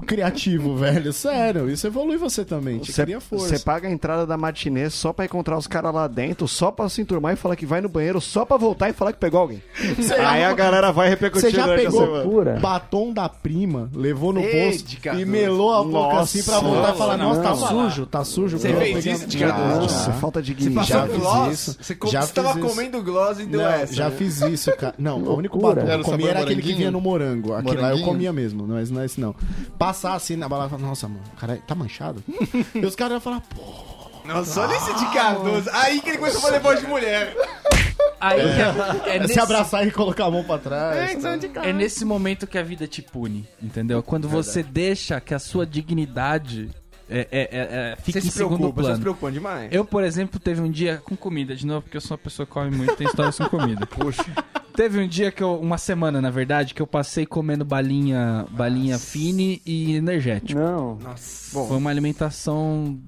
criativo, velho. Sério, isso evolui você também. Te cria força. Você paga a entrada da matinê só pra encontrar os caras lá dentro, só pra se enturmar e falar que vai no banheiro, só pra voltar e falar que pegou alguém. Você Aí já- a galera vai repercutir Você já durante a pegou semana. batom da prima, levou no Ei, bolso de e caramba. melou a boca assim pra voltar Nossa, e falar, não, nossa, tá não. sujo, tá sujo. Você eu vou fez pegar- isso de caduço? Nossa, Já. falta de Você guincho. passou Já fiz gloss? isso. Você, co- já você tava fiz isso. comendo gloss e deu Não, essa. Já né? fiz isso, cara. Não, o único Loucura. batom que Era o eu comia sabor era aquele que moranguinho? vinha no morango. Aquele lá eu Moranguinho? comia mesmo, não é não é esse não. Passar assim na balada, falar, nossa, mano, cara, tá manchado? e os caras iam falar, pô, Nossa, olha esse de Cardoso. Aí que ele começou a fazer voz de mulher. Aí é, se abraçar e colocar a mão pra trás. tá? É nesse momento que a vida te pune, entendeu? Quando você deixa que a sua dignidade é, é- é- é- fique Você em se segundo preocupa, você se plano. preocupa demais. Eu, por exemplo, teve um dia com comida, de novo, porque eu sou uma pessoa que come muito, tem histórias com comida. Poxa. Teve um dia que eu, uma semana, na verdade, que eu passei comendo balinha, balinha fine e energético. Não. Nossa. Foi uma alimentação,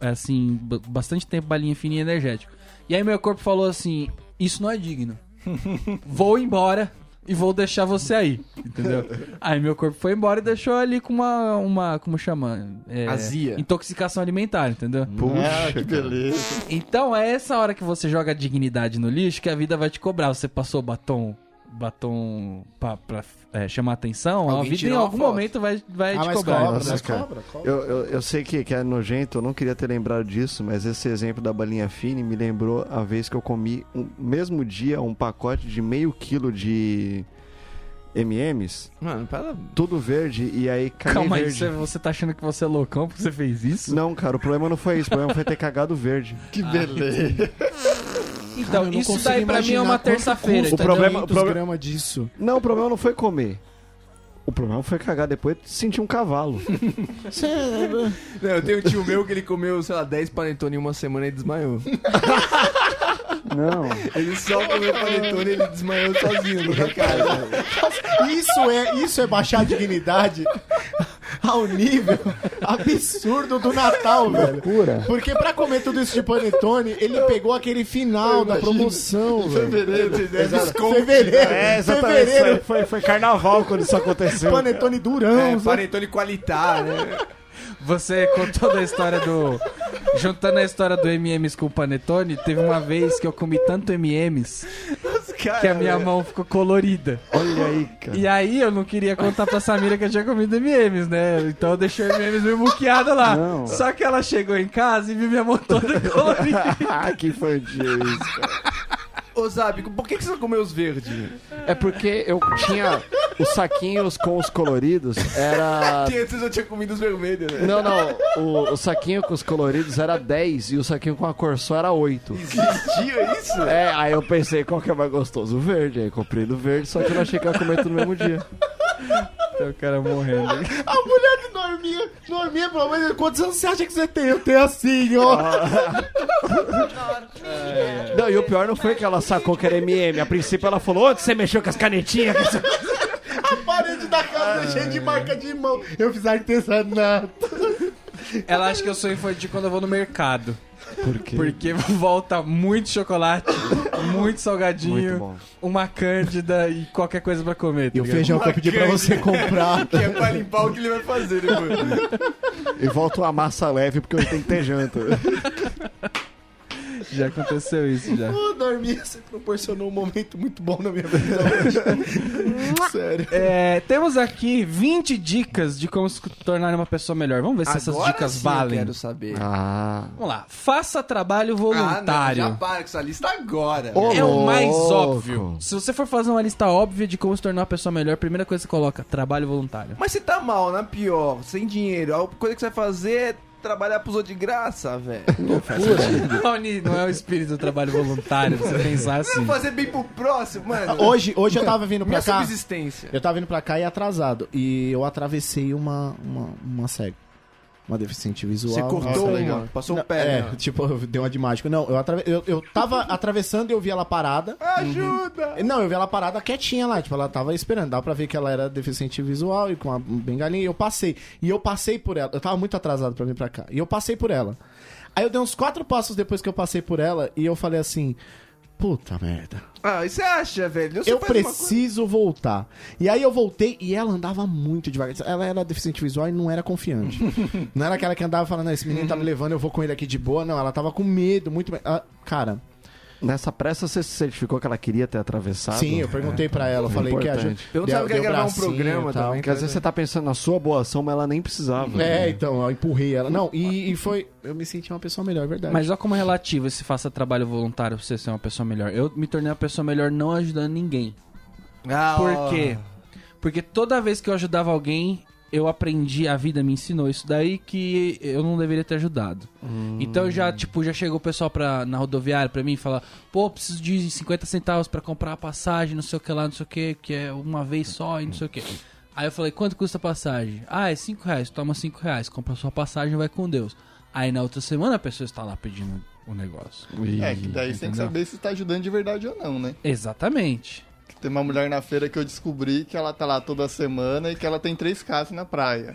assim, ba- bastante tempo balinha fine e energético. E aí meu corpo falou assim, isso não é digno. vou embora e vou deixar você aí, entendeu? Aí meu corpo foi embora e deixou eu ali com uma, uma como chama? É, Azia. Intoxicação alimentar, entendeu? Puxa, É, que beleza. Então é essa hora que você joga a dignidade no lixo que a vida vai te cobrar. Você passou batom batom pra, pra, é, chamar atenção, Alguém a vida em tirou uma algum foto. momento vai, vai Ah, te mas é cobrar. né? cobra, né? Nossa, cara. Eu, eu, eu sei que, que é nojento, eu não queria ter lembrado disso, mas esse exemplo da balinha fine me lembrou a vez que eu comi, um, mesmo dia, um pacote de meio quilo de M&M's, Mano, para. tudo verde, e aí caiu Calma aí, verde. você, você tá achando que você é loucão porque você fez isso? Não, cara, o problema não foi isso. O problema foi ter cagado verde. Que beleza. Então, Eu não isso consigo daí pra mim é imaginar uma quanto terça-feira. custa O problema- o 500 problema- gramas disso. Não, o problema não foi comer. O problema foi cagar depois de sentir um cavalo. Não, eu tenho um tio meu que ele comeu, sei lá, 10 panetone em uma semana e desmaiou. Não. Ele só comeu panetone e ele desmaiou sozinho na casa. Isso é, isso é baixar a dignidade ao nível, absurdo do Natal, velho. Loucura. Porque pra comer tudo isso de panetone, ele pegou aquele final da promoção, velho. Fevereiro, Exato. desconto. Fevereiro. É, exatamente, fevereiro. foi- foi carnaval quando isso aconteceu. Panetone durão. É, né? panetone qualitar, né? Então, Você contou da história do. Juntando a história do MMs com o Panetone, teve uma vez que eu comi tanto MMs que a minha mão ficou colorida. Olha aí, cara. E aí eu não queria contar pra Samira que eu tinha comido MMs, né? Então eu deixei o MMs meio buqueado lá. Não. Só que ela chegou em casa e viu minha mão toda colorida. Ah, que infantil isso, cara. Ô, Zabico, por que, que você não comeu os verdes? É porque eu tinha os saquinhos com os coloridos, era... Que antes eu tinha comido os vermelhos, né? Não, não, o, o saquinho com os coloridos era 10 e o saquinho com a cor só era 8. Existia isso? É, aí eu pensei, qual que é mais gostoso? O verde. Aí comprei no verde, só que eu não achei que ia comer tudo no mesmo dia. Então o cara morrendo. A mulher de Norminha, Norminha, pelo menos, é quantos anos você acha que você tem? Eu tenho assim, ó. Ah. Não, e o pior não foi que ela sacou que era MM. A princípio ela falou, onde você mexeu com as canetinhas? A parede da casa Ah. é cheia de marca de mão. Eu fiz artesanato. Ela acha que eu sou infantil quando eu vou no mercado. Por quê? Porque volta muito chocolate, muito salgadinho, Muito bom. uma cândida e qualquer coisa pra comer. tá E o feijão que eu pedi pra você comprar. Que é pra limpar o que ele vai fazer depois. E volta uma massa leve, porque hoje tem que ter janta. Já aconteceu isso, já. Ô, Norminha, você proporcionou um momento muito bom na minha vida hoje. Sério. É, temos aqui 20 dicas de como se tornar uma pessoa melhor. Vamos ver se essas Agora dicas sim eu valem. quero saber. Ah. Vamos lá. Faça trabalho voluntário. Ah, não, já para com essa lista agora. é o mais louco. óbvio. Se você for fazer uma lista óbvia de como se tornar uma pessoa melhor, a primeira coisa que você coloca, trabalho voluntário. Mas você tá mal, na pior, sem dinheiro. A coisa que você vai fazer é trabalhar pros outros de graça, velho. Não, Ni, não é o espírito do trabalho voluntário, você pensar Você assim. vai é fazer bem pro próximo, mano. Hoje, hoje eu tava vindo pra Minha cá. subsistência. Eu tava vindo pra cá e atrasado. E eu atravessei uma, uma, uma cega. Uma deficiente visual. Você cortou Nossa, tá uma, legal. passou o Não, pé, É, né? tipo, deu uma de mágico. Não, eu, atrave... eu, eu tava atravessando e eu vi ela parada. Ajuda! Não, eu vi ela parada quietinha lá, tipo, ela tava esperando. Dava pra ver que ela era deficiente visual e com uma bengalinha. E eu passei. E eu passei por ela. Eu tava muito atrasado pra vir pra cá. E eu passei por ela. Aí eu dei uns quatro passos depois que eu passei por ela e eu falei assim: Puta merda. Ah, e você acha, velho? Você Eu faz uma coisa- preciso voltar. E aí eu voltei e ela andava muito devagar. Ela era deficiente visual e não era confiante. não era aquela que andava falando, "Não, esse menino tá me levando, eu vou com ele aqui de boa. Não, ela tava com medo, muito. me- Ela- Cara, Nessa pressa, você certificou que ela queria ter atravessado? sim, eu perguntei pra ela, eu Tá É falei que a importante. gente. Eu não deu- sabia que deu ia gravar um bracinho e programa tal. também, Porque às vezes você tá pensando na sua boa ação, mas ela nem precisava. É, né? então, eu empurrei ela. Não, e, e foi. Eu me senti uma pessoa melhor, é verdade. Mas olha como é relativo esse faça trabalho voluntário pra você ser uma pessoa melhor. Eu me tornei uma pessoa melhor não ajudando ninguém. Ah, ó. Por quê? Porque toda vez que eu ajudava alguém, eu aprendi, a vida me ensinou isso daí que eu não deveria ter ajudado. Então já, tipo, já chegou o pessoal pra, na rodoviária pra mim e falar, pô, preciso de 50 centavos pra comprar a passagem, não sei o que lá, não sei o que, que é uma vez só e não sei o que. Aí eu falei, quanto custa a passagem? Ah, é 5 reais, toma 5 reais, compra a sua passagem e vai com Deus. Aí na outra semana a pessoa está lá pedindo o negócio. É, que daí você tem que Entendeu? saber se tá ajudando de verdade ou não, né? Exatamente. Que tem uma mulher na feira que eu descobri que ela tá lá toda semana e que ela tem três casas na praia.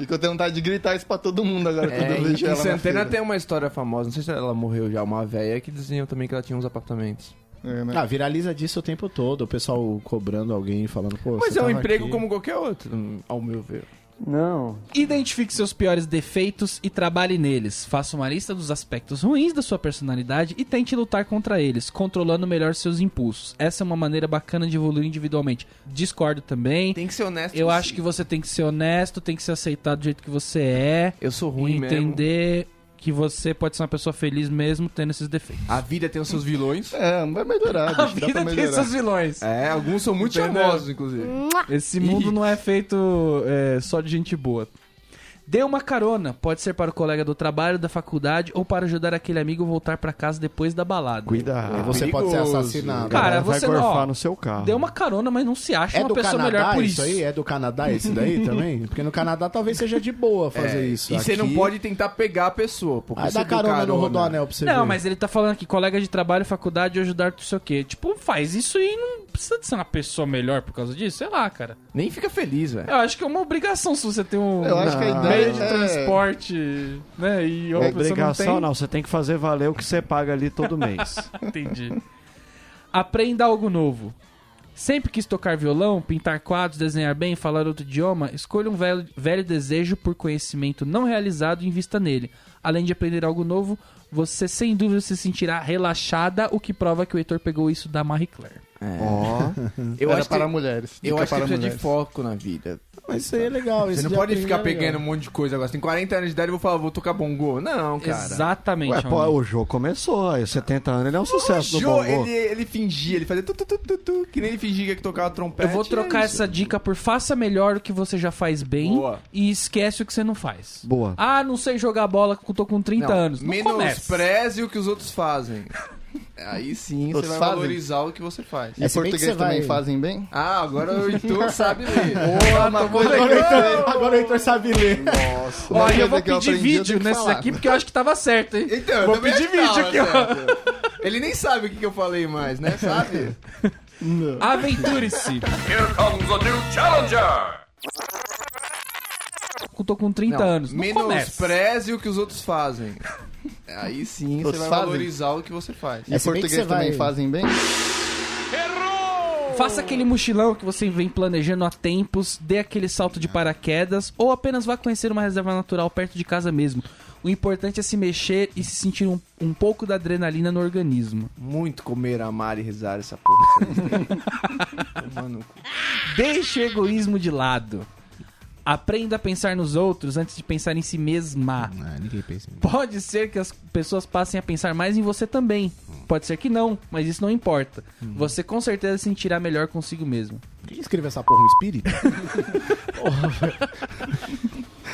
e que eu tenho vontade de gritar isso pra todo mundo agora quando É, eu em vejo ela na Santana feira. tem uma história famosa, não sei se ela morreu já, uma velha que diziam também que ela tinha uns apartamentos. É, né? Ah, viraliza disso o tempo todo, o pessoal cobrando alguém, falando, pô. Mas você é um tava emprego aqui. como qualquer outro, ao meu ver. Não. Identifique seus piores defeitos e trabalhe neles. Faça uma lista dos aspectos ruins da sua personalidade e tente lutar contra eles, controlando melhor seus impulsos. Essa é uma maneira bacana de evoluir individualmente. Discordo também. Tem que ser honesto. Eu acho que você tem que ser honesto, tem que ser aceitado do jeito que você é. Eu sou ruim entender Entender que você pode ser uma pessoa feliz mesmo tendo esses defeitos. A vida tem os seus vilões. É, vai A melhorar, bicho, dá pra vida tem melhorar. seus vilões. É, alguns são muito Entendeu? famosos, inclusive. Esse mundo não é feito é, só de gente boa. Dê uma carona, pode ser para o colega do trabalho, da faculdade ou para ajudar aquele amigo a voltar para casa depois da balada. Cuidado. É, Você pode ser assassinado. Cara, Ela vai você não- gorfar ó, no seu carro. Dê É uma carona, mas não se acha É uma do pessoa Canadá melhor por isso isso. aí? É do Canadá esse daí também? Porque no Canadá talvez seja de boa fazer É, isso. E você não Aqui- pode tentar pegar a pessoa. Porque Ah, você dá deu carona, no né? Rodoanel pra você ver. Não, mas ele tá falando aqui, colega de trabalho, faculdade, ajudar, não sei o quê. Tipo, faz isso e não precisa de ser uma pessoa melhor por causa disso? Sei lá, cara. Nem fica feliz, velho. Eu acho que é uma obrigação se você tem um Eu acho que a meio ideia de é- transporte, né? E É outra pessoa obrigação, não não, você tem que fazer valer o que você paga ali todo mês. tem. Entendi. Aprenda algo novo. Sempre quis tocar violão, pintar quadros, desenhar bem, falar outro idioma, escolha um velho, velho desejo por conhecimento não realizado e invista nele. Além de aprender algo novo, você sem dúvida se sentirá relaxada, o que prova que o Heitor pegou isso da Marie Claire. É. Ó. Eu Era acho que- para mulheres. eu Dica acho que para precisa de mulheres. foco é na vida. Mas isso aí é legal. Você isso não de pode aprender ficar é pegando legal. um monte de coisa agora. Você tem 40 anos de idade, eu vou falar, vou tocar bongô. Não, cara. Exatamente. Ué, pô, o jogo começou, aí 70 anos ele é um sucesso O do Jô, Bongo. ele, ele fingia, ele fazia tu, tu, tu, tu, tu, que nem ele fingia que tocava trompete. É Eu vou é trocar essa dica por faça melhor o que você já faz bem e esquece o que você não faz. Boa. Ah, não sei jogar bola, tô com 30 anos. Não começa. Menospreze o que os outros fazem. Aí sim você Outros vai fazem? valorizar o que você faz. E É, se bem que português você também vai- fazem bem? Ah, agora o Heitor sabe ler. Boa, Uma tomou coisa vergonha. que eu sei. Agora o Heitor sabe ler. Nossa. Ó, é é Uma e eu vou coisa que pedir aprendi, eu vídeo tenho que nesse falar. aqui, porque eu acho que tava certo, hein? Então, eu vou também pedir vídeo tava aqui, ó. certo. Ele nem sabe o que que eu falei mais, né? Sabe? Aventure-se. Here comes a new challenger! Eu Tô com 30 Não, anos. Não começa. Menospreze o que os outros fazem. Aí sim você Outros vai fazem? valorizar o que você faz. E É, se bem que português você também vai- fazem bem? Faça aquele mochilão que você vem planejando há tempos, dê aquele salto de paraquedas ou apenas vá conhecer uma reserva natural perto de casa mesmo. O importante é se mexer e se sentir um, um pouco da adrenalina no organismo. Muito comer, amar e rezar essa porra. Mano, Deixe o egoísmo de lado. Aprenda a pensar nos outros antes de pensar em si mesma. Ah, ninguém pensa em mim. Pode ser que as pessoas passem a pensar mais em você também. Hum. Pode ser que não, mas isso não importa. Você com certeza se sentirá melhor consigo mesmo. Quem escreveu essa porra? Um espírito?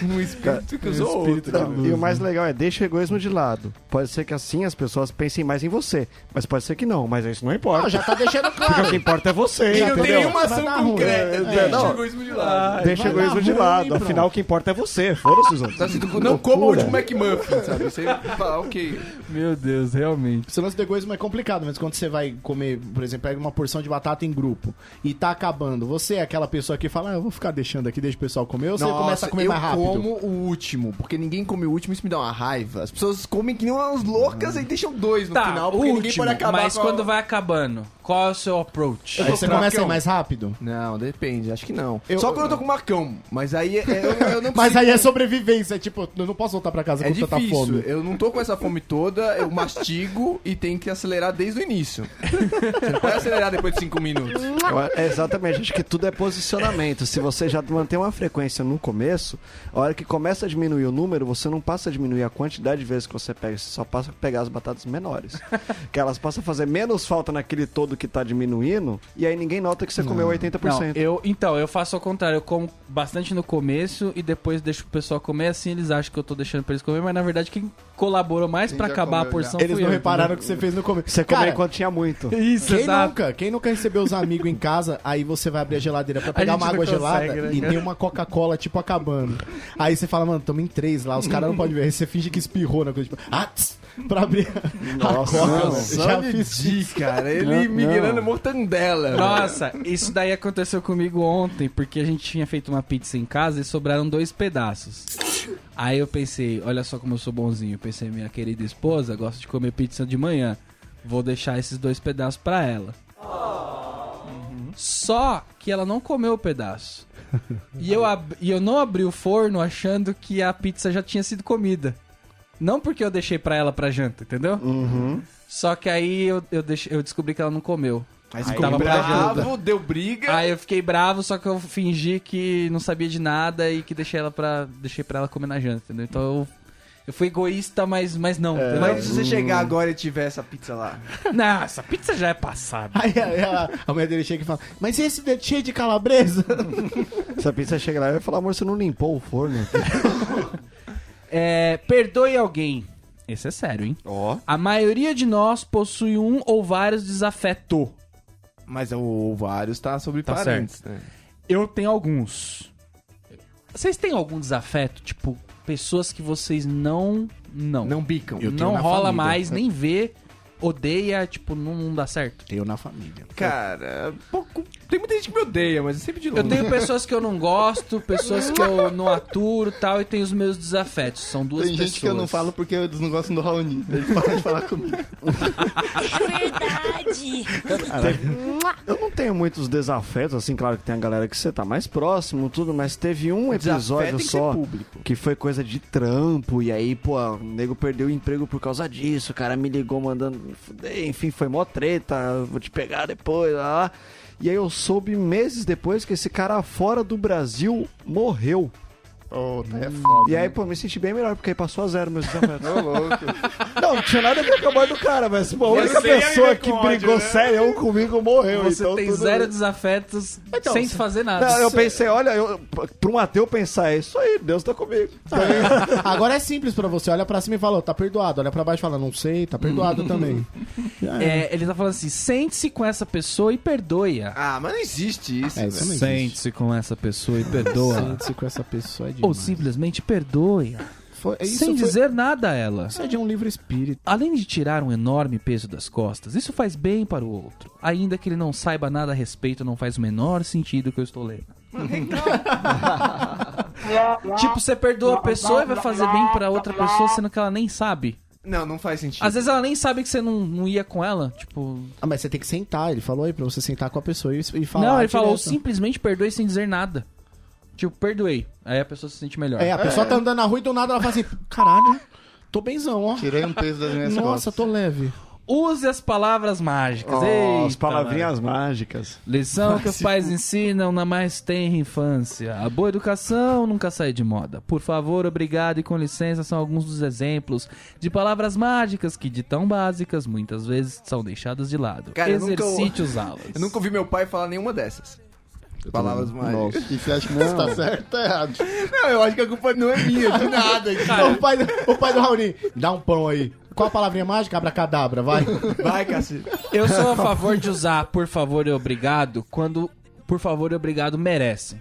um espírito que usou outro. Não, E o mais legal é, deixa o egoísmo de lado. Pode ser que assim as pessoas pensem mais em você. Mas pode ser que não, mas isso não importa. Não, já tá deixando claro. Porque o que importa é você. E não tem entendeu? nenhuma ação Vai dar ruim. concreta. É, deixa não, o egoísmo de lado. Deixa o egoísmo de lado. Afinal, o que importa é você. Foda-se os outros. Tá assim, tipo, não coma o Loucura. último McMuffin, sabe? Você fala, ok. Meu Deus, realmente. Esse lance do egoísmo é complicado, mas quando você vai comer, por exemplo, pega uma porção de batata em grupo e tá acabando, você é aquela pessoa que fala, ah, eu vou ficar deixando aqui, deixa o pessoal comer, ou você Nossa, começa a comer eu mais rápido? como o último, porque ninguém come o último, isso me dá uma raiva. As pessoas comem que nem umas loucas e deixam dois no Tá, final, o porque ninguém último, pode acabar mas com a- quando vai acabando, qual é o seu approach? Eu Aí tô você com começa a ir Marcão. mais rápido? Não, depende, acho que não. Eu- Só quando eu tô com o Marcão, mas aí é- é- eu, eu não Mas consigo- aí é sobrevivência, tipo, eu não posso voltar pra casa É com tanta difícil, fome. eu não tô com essa fome toda, eu mastigo e tenho que acelerar desde o início. Você não pode acelerar depois de cinco minutos. Eu- é, Exatamente, acho que tudo é posicionamento. Se você já mantém uma frequência no começo, a hora que começa a diminuir o número, você não passa a diminuir a quantidade de vezes que você pega, você só passa a pegar as batatas menores. que elas passam a fazer menos falta naquele todo que tá diminuindo, e aí ninguém nota que você comeu 80%. Não, eu, então, eu faço ao contrário. Eu como bastante no começo e depois deixo o pessoal comer. Assim eles acham que eu tô deixando pra eles comer, mas na verdade quem colaborou mais pra acabar a porção Eles fui então não eu, repararam o que entendeu? você fez no começo. Você comeu Cara, enquanto tinha muito. Isso, quem exato. nunca? Quem nunca recebeu os amigos em casa, aí você vai abrir a geladeira pra pegar gente uma não água gelada consegue, né, e cara? tem uma Coca-Cola, tipo, acabando. Aí você fala, mano, toma em três lá, os caras não podem ver. Aí você finge que espirrou na coisa, tipo, ah, tss, pra abrir a Nossa, Coca. não, velho. só me diz, cara. Ele Não, migrando não. mortandela. Nossa, isso daí aconteceu comigo ontem, porque a gente tinha feito uma pizza em casa e sobraram dois pedaços. Aí eu pensei, olha só como eu sou bonzinho. Eu pensei, minha querida esposa gosta de comer pizza de manhã. Vou deixar esses dois pedaços pra ela. Só que ela não comeu o pedaço. E eu, ab- e eu não abri o forno achando que a pizza já tinha sido comida. Não porque eu deixei pra ela pra janta, entendeu? Só que aí eu, eu, deixei- eu descobri que ela não comeu. Aí ficou bravo, deu briga. Aí eu fiquei bravo, só que eu fingi que não sabia de nada e que deixei ela pra, deixei pra ela comer na janta, entendeu? Então eu, eu fui egoísta, mas, mas não. entendeu? Mas se você hum. chegar agora e tiver essa pizza lá. Não, essa pizza já é passada. Aí, aí a, a mulher dele chega e fala, mas esse é cheio de calabresa? Essa pizza chega lá e vai falar, amor, você não limpou o forno? É, perdoe alguém. Esse é sério, hein? A maioria de nós possui um ou vários desafeto. Mas o vários tá sobre Tá parentes, certo. né? Eu tenho alguns. Vocês têm algum desafeto? Tipo, pessoas que vocês não. Não. Não bicam. não rola mais, nem vê. odeia, tipo, não, não dá certo? Eu na família. Cara, pouco. Tem muita gente que me odeia, mas é sempre de longe. Eu tenho um pessoas que eu não gosto, pessoas que eu não aturo e tal, e tenho os meus desafetos. São duas Tem gente pessoas. que eu não falo porque eles não gostam do Raoni. Eles param de falar comigo. Eu não tenho muitos desafetos, assim, claro que tem a galera que você tá mais próximo, tudo, mas teve um Desafeto tem episódio que só ser público. que foi coisa de trampo, e aí, pô, o nego perdeu o emprego por causa disso, o cara me ligou mandando me fuder, enfim, foi mó treta, eu vou te pegar depois, lá, lá. E aí eu soube meses depois que esse cara fora do Brasil morreu. Oh, tá é foda. E aí, pô, me senti bem melhor, porque aí passou a zero meus desafetos. Ô, louco. Não, não tinha nada a ver com a morte do cara, mas pô, a única Você pessoa aí que com ódio, brigou né? sério comigo morreu. Você então tem tudo zero bem. desafetos Então, sem se- fazer nada. Não, eu pensei, olha, eu, pra um ateu pensar, é isso aí, Deus tá comigo. Tá. Agora é simples pra você. Olha pra cima e fala, ó, tá perdoado. Olha pra baixo e fala, não sei, tá perdoado Hum. também. Já era. É, ele tá falando assim, sente-se com essa pessoa e perdoa. Ah, mas não existe isso. É, velho. Sente-se com essa pessoa e perdoa. Sente-se com essa pessoa é Ou demais. simplesmente perdoe. É, isso sem foi- dizer nada a ela. Isso é de um livro espírito. Além de tirar um enorme peso das costas, isso faz bem para o outro. Ainda que ele não saiba nada a respeito, não faz o menor sentido o que eu estou lendo. tipo, você perdoa a pessoa e vai fazer bem pra outra pessoa, sendo que ela nem sabe. Não, não faz sentido. Às vezes ela nem sabe que você não, não ia com ela. Tipo. Ah, mas você tem que sentar. Ele falou aí pra você sentar com a pessoa e, e falar. não, ele falou, direto. simplesmente perdoe sem dizer nada. Tipo, perdoei. Aí a pessoa se sente melhor. É, a pessoa tá andando na rua e do nada ela fala assim, caralho, tô benzão, ó. Tirei um peso das minhas Nossa, costas. tô leve. Use as palavras mágicas. Oh, as Eita, palavrinhas mano. mágicas. Lição que os Mágico. pais ensinam na mais tenra infância. A boa educação nunca sai de moda. Por favor, obrigado e com licença são alguns dos exemplos de palavras mágicas que, de tão básicas, muitas vezes são deixadas de lado. Cara, eu nunca- Exercite usá-las. Eu nunca ouvi meu pai falar nenhuma dessas. Palavras mágicas. E você acha que você tá certo ou tá errado? Não, eu acho que a culpa não é minha, de nada. tipo. de O, pai, o pai do Raoni, dá um pão aí. Qual a palavrinha mágica? Abracadabra, vai. Vai, cacete. Eu sou a favor de usar por favor e obrigado quando por favor e obrigado merecem.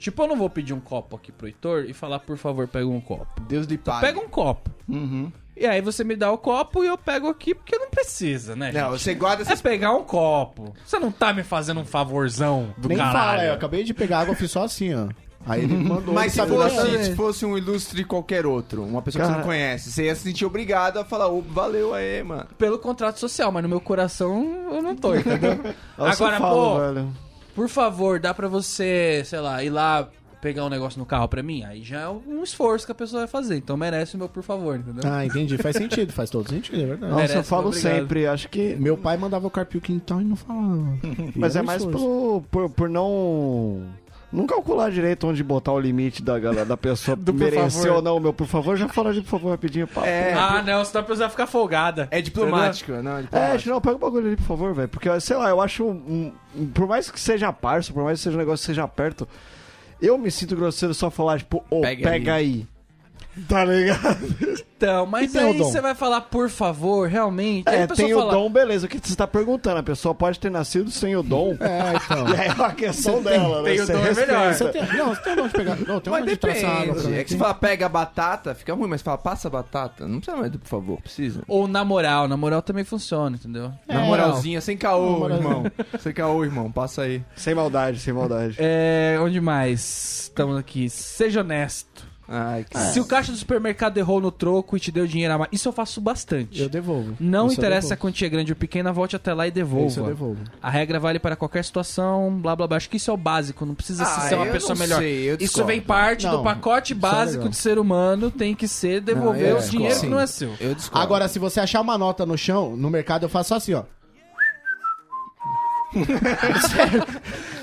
Tipo, eu não vou pedir um copo aqui pro Heitor e falar, por favor, pega um copo. Deus lhe Então, pega um copo. Uhum. E aí você me dá o copo e eu pego aqui porque não precisa, né? Não, gente? você guarda É pegar um copo. Você não tá me fazendo um favorzão do Nem fala, eu caralho. acabei de pegar água, eu fiz só assim, ó. Aí ele mandou. Mas se sabe, fosse, exatamente. se fosse um ilustre qualquer outro, uma pessoa que você Cara- não conhece, você ia se sentir obrigado a falar, ô, valeu aí, mano. é, Pelo contrato social, mas no meu coração eu não tô, entendeu? Nossa, Agora, eu falo, pô, velho. por favor, dá pra você, sei lá, ir lá pegar um negócio no carro pra mim? Aí já é um esforço que a pessoa vai fazer. Então merece o meu por favor, entendeu? Ah, entendi. Faz sentido, faz todo sentido, é verdade. Nossa, eu Merece, falo obrigado. sempre, acho que. Meu pai mandava eu carpir o quintal e não falava. Mas E é mais esforço. pelo, por, por não. Não calcular direito onde botar o limite da, galera- da pessoa Do por merecer favor. ou não, meu. Por favor, já fala de por favor rapidinho. Pá, ah, não, senão a pessoa vai ficar folgada. É diplomático, não, é É, Chinão, pega o bagulho ali, por favor, velho. Porque, sei lá, eu acho. um- um- por mais que seja parço, por mais que seja um negócio que seja perto, eu me sinto grosseiro só falar, tipo, ô, Pega pega, aí. Tá ligado? Então, mas E tem o aí dom? você vai falar, por favor, realmente. Aí É, a pessoa tem o fala, dom, beleza. O que você tá perguntando? A pessoa pode ter nascido sem o dom. É, então. E aí é uma questão Você tem- dela, né? tem o Você dom, é respeita. melhor. Você tem- não, você tem onde pegar. Não, tem um Mas onde traçar água pra depende. mim. É que se falar pega a batata, fica ruim, mas se falar passa a batata, não precisa mais do por favor, precisa. Ou na moral, na moral também funciona, entendeu? É. Na moralzinha, sem Na caô, moralzinha. irmão. Sem caô, irmão, passa aí. Sem maldade, sem maldade. É, onde mais? Estamos aqui. Seja honesto. Ai, É. Se o caixa do supermercado errou no troco e te deu dinheiro a mais, isso eu faço bastante. Eu devolvo. Não Isso eu interessa devolvo. a quantia grande ou pequena, volte até lá e devolva. Isso eu devolvo. A regra vale para qualquer situação, blá blá blá. Acho que isso é o básico, não precisa Ah, ser uma eu pessoa não melhor. sei, eu isso discordo. vem parte Não, do pacote isso é básico legal. de ser humano, tem que ser devolver eu o dinheiro discordo. que não é seu. Eu Agora, se você achar uma nota no chão, no mercado, eu faço só assim, ó. Sério,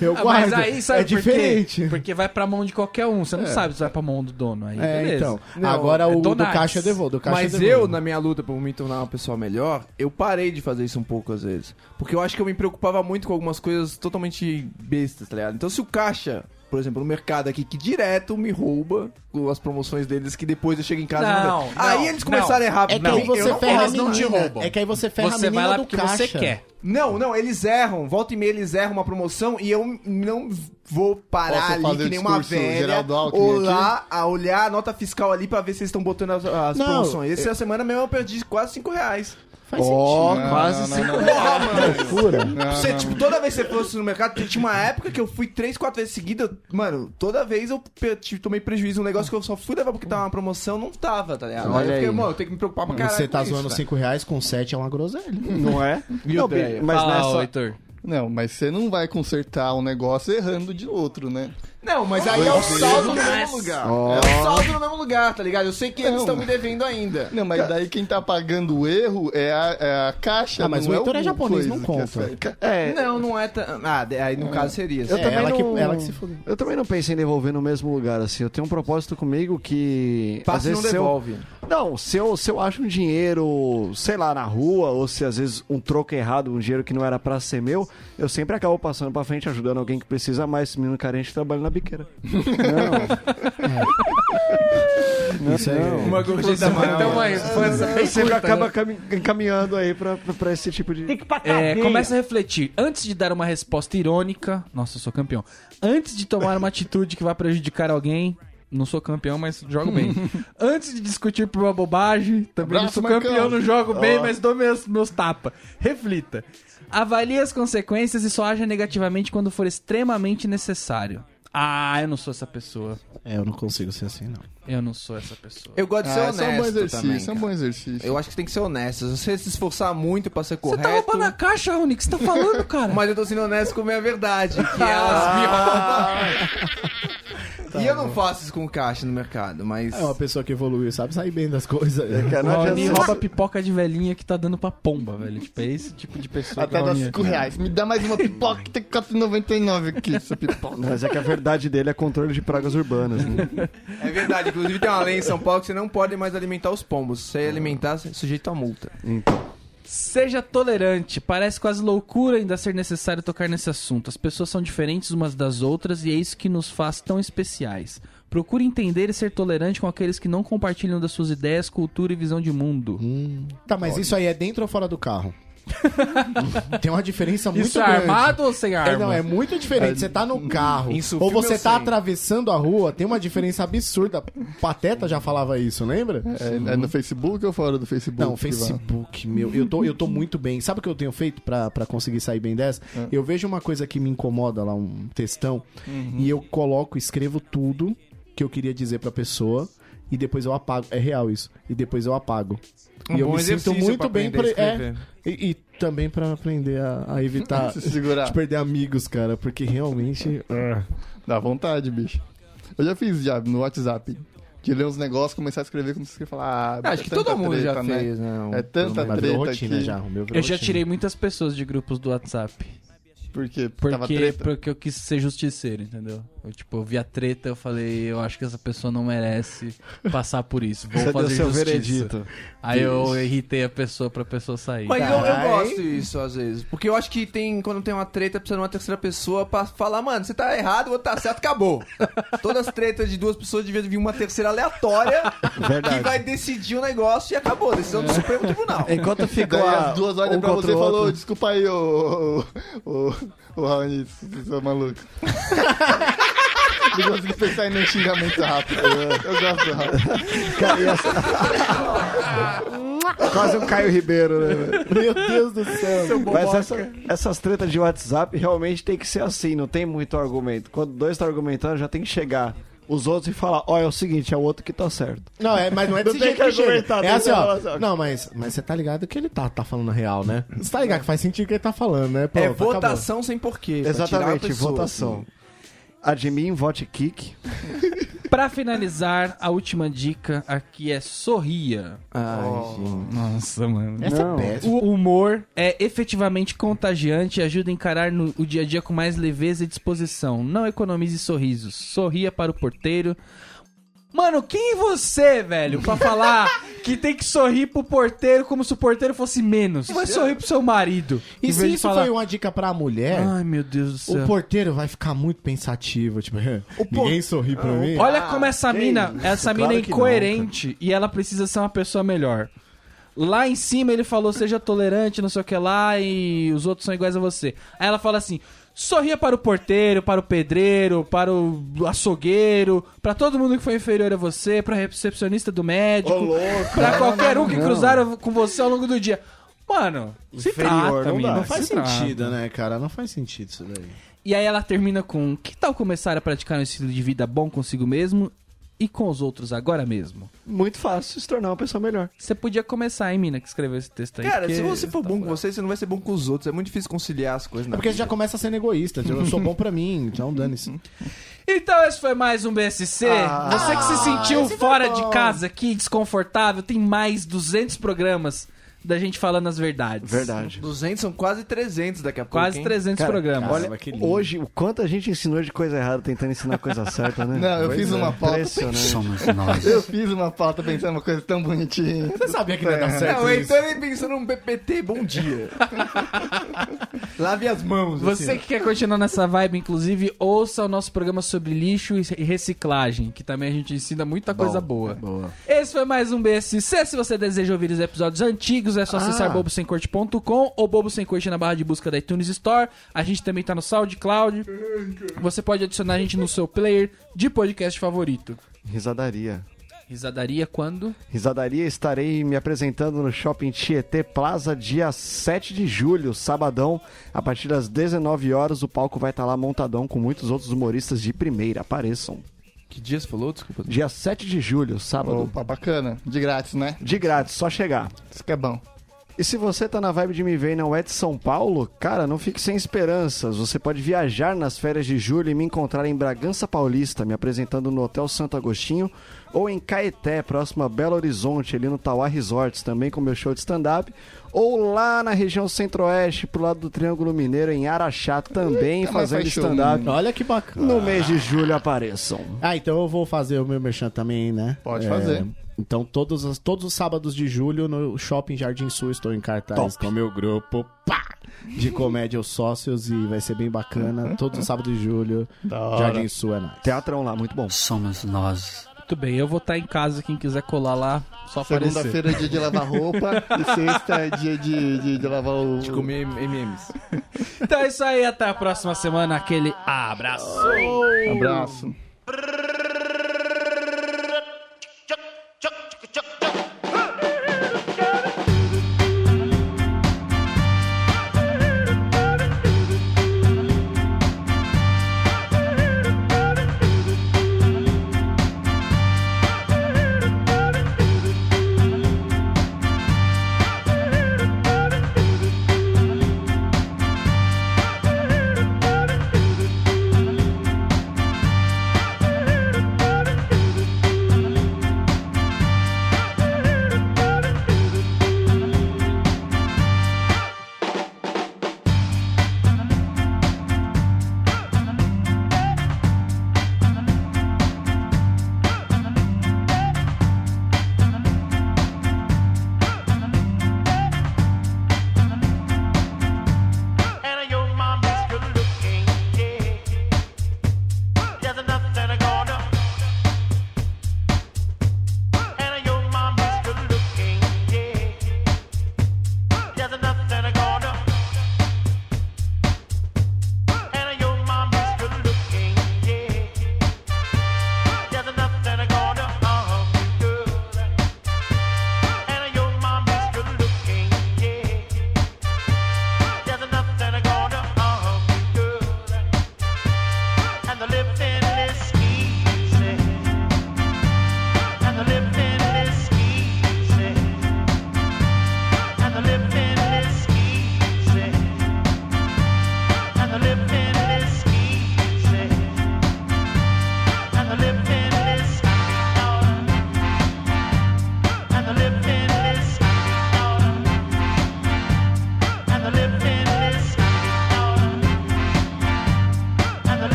eu Ah, guardo. Mas aí, sabe é por quê? diferente. Porque vai pra mão de qualquer um. Você não sabe se vai pra mão do dono. Aí, É, beleza. então. Agora o do Donates. caixa eu devolvo. Do caixa Mas eu, devolvo. eu, na minha luta pra me tornar uma pessoa melhor, eu parei de fazer isso um pouco às vezes. Porque eu acho que eu me preocupava muito com algumas coisas totalmente bestas, tá ligado? Então se o caixa, por exemplo, no mercado aqui, que direto me rouba com as promoções deles, que depois eu chego em casa e Não, vejo. não, Aí eles não. começaram a errar. É que não, aí você eu não ferra a posso, não te menina. roubam. É que aí você ferra Você a menina vai lá do porque caixa. você quer. Não, não, eles erram. Volta e meia eles erram uma promoção e eu não vou Posso parar ali fazer que o nem uma discurso velha Geraldo Alckmin ou aqui? lá a olhar a nota fiscal ali pra ver se eles estão botando as, as Não, promoções. Essa eu- semana mesmo eu perdi quase 5 reais. Faz Ó, sentido. quase Não, não, cinco não, Porra, reais. mano. Loucura. Pra você, tipo, toda vez que você fosse no mercado, tinha- tinha uma época que eu fui três, quatro vezes seguida. Mano, toda vez eu pe- tive- tomei prejuízo. Um negócio que eu só fui levar porque tava uma promoção, não tava, tá ligado? Olha eu aí. mano, eu tenho que me preocupar pra caralho. Você tá com isso, zoando velho. 5 reais com 7 é uma groselha. Não é? E o não, Dreyer? Bi, mas Fala, nessa... ô, Heitor. Não, mas você não vai consertar um negócio errando de outro, né? Não, mas aí é o saldo no mesmo Nossa. lugar. Ó. É o saldo no mesmo lugar, tá ligado? Eu sei que eles Não. estão me devendo ainda. Não, mas daí quem tá pagando o erro é a, é a caixa. Ah, mas não o Heitor é o japonês, coisa não que conta. afeta. Não, não é. tan- Ah, de- aí no caso seria. Eu É também não... fodeu. Eu também não pensei em devolver no mesmo lugar, assim. Eu tenho um propósito comigo que. Passa às e vezes não se eu- devolve. Não, se eu, se eu acho um dinheiro, sei lá, na rua, ou se às vezes um troco errado, um dinheiro que não era pra ser meu, eu sempre acabo passando pra frente, ajudando alguém que precisa mais. Esse menino carente trabalha na biqueira. Não. Isso aí. é- Uma gorjeta maior. Então, Uma aí, infância bem sempre curta, acaba né? cami- encaminhando aí pra, pra, pra esse tipo de. Tem que É, começa a refletir. Antes de dar uma resposta irônica. Nossa, eu sou campeão. Antes de tomar uma atitude que vai prejudicar alguém. Não sou campeão, mas jogo bem. Antes de discutir por uma bobagem, também Abraço, não sou Marcão. campeão, não jogo bem, Ó. mas dou meus, meus tapas. Reflita. Avalie as consequências e só haja negativamente quando for extremamente necessário. Ah, eu não sou essa pessoa. É, eu não consigo ser assim, não. Eu não sou essa pessoa. Eu gosto de ser Ah, esse honesto. é um bom exercício, também, esse é um cara. bom exercício. Eu acho que tem que ser honesto. Se você se esforçar muito pra ser correto. Tá roubando a caixa, Rony, que você tá falando, cara? Mas eu tô sendo honesto com a minha verdade, que elas me roubam. e eu não faço isso com caixa no mercado, mas. É uma pessoa que evoluiu, sabe? Sai bem das coisas. O é Raoni rouba pipoca de velhinha que tá dando pra pomba, velho. Tipo, é esse tipo de pessoa. Até que o dá Raoni é. 5 reais. Me dá mais uma pipoca que tem 4,99 aqui, essa pipoca. Mas é que a verdade dele é controle de pragas urbanas. Né? É verdade, inclusive tem uma lei em São Paulo que você não pode mais alimentar os pombos. Se você alimentar, você é sujeito a multa. Seja tolerante. Parece quase loucura ainda ser necessário tocar nesse assunto. As pessoas são diferentes umas das outras e é isso que nos faz tão especiais. Procure entender e ser tolerante com aqueles que não compartilham das suas ideias, cultura e visão de mundo. Tá, mas isso aí é dentro ou fora do carro? Tem uma diferença muito Isso é grande. armado ou sem arma? É, não, é muito diferente. Você tá no carro Isso, ou filme você eu tá sei. atravessando a rua, tem uma diferença absurda. Pateta já falava isso, lembra? É, é no Facebook ou fora do Facebook? Não, Facebook, meu. Eu tô, eu tô muito bem. Sabe o que eu tenho feito pra pra conseguir sair bem dessa? É. Eu vejo uma coisa que me incomoda lá, um textão, Uhum. e eu coloco, escrevo tudo que eu queria dizer pra pessoa. E depois eu apago. É real isso. E depois eu apago. Um e eu bom me sinto exercício muito pra bem aprender a é, escrever. e, e também pra aprender a, a evitar Se segurar. de perder amigos, cara. Porque realmente. ah. Dá vontade, bicho. Eu já fiz já no WhatsApp. De ler uns negócios, começar a escrever como se você falar. Ah, Acho que tanta todo mundo já treta, fez, né? um É tanta Mas virou treta rotina aqui. já, o meu virou Eu já tirei muitas pessoas de grupos do WhatsApp. Por quê? tava Porque, treta? porque eu quis ser justiceiro, entendeu? Eu, tipo, eu vi a treta, eu falei, eu acho que essa pessoa não merece passar por isso. Vou Você deu fazer seu justiça. veredito. Aí eu Isso. irritei a pessoa pra pessoa sair. Mas eu, eu gosto disso, às vezes. Porque eu acho que tem, quando tem uma treta, precisa de uma terceira pessoa pra falar, mano, você tá errado, o outro tá certo, acabou. Todas as tretas de duas pessoas devia vir uma terceira aleatória Verdade. que vai decidir o negócio e acabou. Decisão do Supremo Tribunal. Enquanto ficou Daí a- as duas horas um pra contra você e o outro. falou: desculpa aí, ô. ô. ô. ô Raoni, seu maluco. Eu gosto de pensar em um xingamento rápido. Eu gosto rápido. Cara, e essa- Quase um Caio Ribeiro, né? velho? Meu Deus do céu. Mas essa- essas tretas de WhatsApp realmente tem que ser assim, não tem muito argumento. Quando dois tá argumentando, já tem que chegar os outros e falar, ó, é o seguinte, é o outro que tá certo. Não, é, mas não é desse tem jeito que, argumentar, chega. É tem assim, que ó. falar só. Não, mas, mas você tá ligado que ele tá, tá falando real, né? Você tá ligado que faz sentido o que ele tá falando, né? Pronto, é acabou. votação sem porquê. pra tirar a Exatamente, pessoa. votação. Admin, vote kick. Pra finalizar, a última dica aqui é sorria. Ai, Oh. gente. Nossa, mano. Essa é Não. péssima. O humor é efetivamente contagiante e ajuda a encarar no- o dia a dia com mais leveza e disposição. Não economize sorrisos. Sorria para o porteiro. Mano, quem é você, velho, pra falar que tem que sorrir pro porteiro como se o porteiro fosse menos? Vai sorrir pro seu marido. E em se vez de isso falar, foi uma dica pra mulher, Ai, meu Deus do céu. o porteiro vai ficar muito pensativo. Tipo, ninguém sorri pra mim. Olha como essa que mina, isso, essa claro mina é que não, incoerente e ela precisa ser uma pessoa melhor. Lá em cima ele falou, seja tolerante, não sei o que lá, e os outros são iguais a você. Aí ela fala assim, sorria para o porteiro, para o pedreiro, para o açougueiro, para todo mundo que foi inferior a você, para recepcionista do médico, para qualquer um que cruzaram com você ao longo do dia. Mano, se trata, não, mina, não faz se trata. sentido, né, cara? Não faz sentido isso daí. E aí ela termina com: Que tal começar a praticar um estilo de vida bom consigo mesmo e com os outros agora mesmo? Muito fácil se tornar uma pessoa melhor. Você podia começar, hein, mina, que escreveu esse texto aí. Cara, porque se você for bom com você, você não vai ser bom com os outros. É muito difícil conciliar as coisas. É porque você já começa sendo egoísta. tipo, Eu sou bom pra mim, então dane-se. Então esse foi mais um BSC. Ah, você que se sentiu esse foi fora bom. de casa aqui, desconfortável, tem mais 200 programas da gente falando as verdades. Verdade. 200 são quase 300 daqui a pouco. Quase hein? 300 programas. Olha, hoje, o quanto a gente ensinou de coisa errada tentando ensinar coisa certa, né? Não, eu Pois fiz é. uma pauta. Impressionante. Eu fiz uma pauta pensando uma coisa tão bonitinha. Você sabia que não ia dar certo é Não, isso. então ele pensou num PPT, bom dia. Lave as mãos. Você assim. que quer continuar nessa vibe, inclusive, ouça o nosso programa sobre lixo e reciclagem, que também a gente ensina muita coisa boa. Esse foi mais um BSC. Se você deseja ouvir os episódios antigos, é só acessar Ah. bobosemcorte.com ou Bobo Sem Corte na barra de busca da iTunes Store. A gente também tá no SoundCloud. Você pode adicionar a gente no seu player de podcast favorito. Risadaria. Risadaria quando? Risadaria, estarei me apresentando no Shopping Tietê Plaza dia 7 de julho, sabadão, a partir das 19 horas. O palco vai estar lá montadão com muitos outros humoristas de primeira. Apareçam. Que dia você falou? Desculpa. Dia 7 de julho, sábado. Opa, bacana. De grátis, né? De grátis, só chegar. Isso que é bom. E se você tá na vibe de me ver e não é de São Paulo, cara, não fique sem esperanças. Você pode viajar nas férias de julho e me encontrar em Bragança Paulista, me apresentando no Hotel Santo Agostinho, ou em Caeté, próximo a Belo Horizonte, ali no Tauá Resorts, também com meu show de stand-up, ou lá na região centro-oeste, pro lado do Triângulo Mineiro, em Araxá, também Eita, mas fazendo faz show, né? stand-up. menino. Olha que bacana. No mês de julho apareçam. Ah, então eu vou fazer o meu merchan também, né? Pode fazer. Então, todos, os- todos os sábados de julho, no Shopping Jardim Sul, estou em cartaz Top. com o meu grupo pá, de comédia Os Sócios e vai ser bem Uhum. bacana. Todos os sábados de julho, hora. Jardim Sul é nóis. Teatrão lá, muito bom. Somos nós. Muito bem, eu vou estar em casa, quem quiser colar lá, só aparecer. Segunda-feira é dia de lavar roupa e sexta é dia de, de, de lavar o. De comer MMs. Então é isso aí, até a próxima semana. Aquele abraço. Abraço. Thank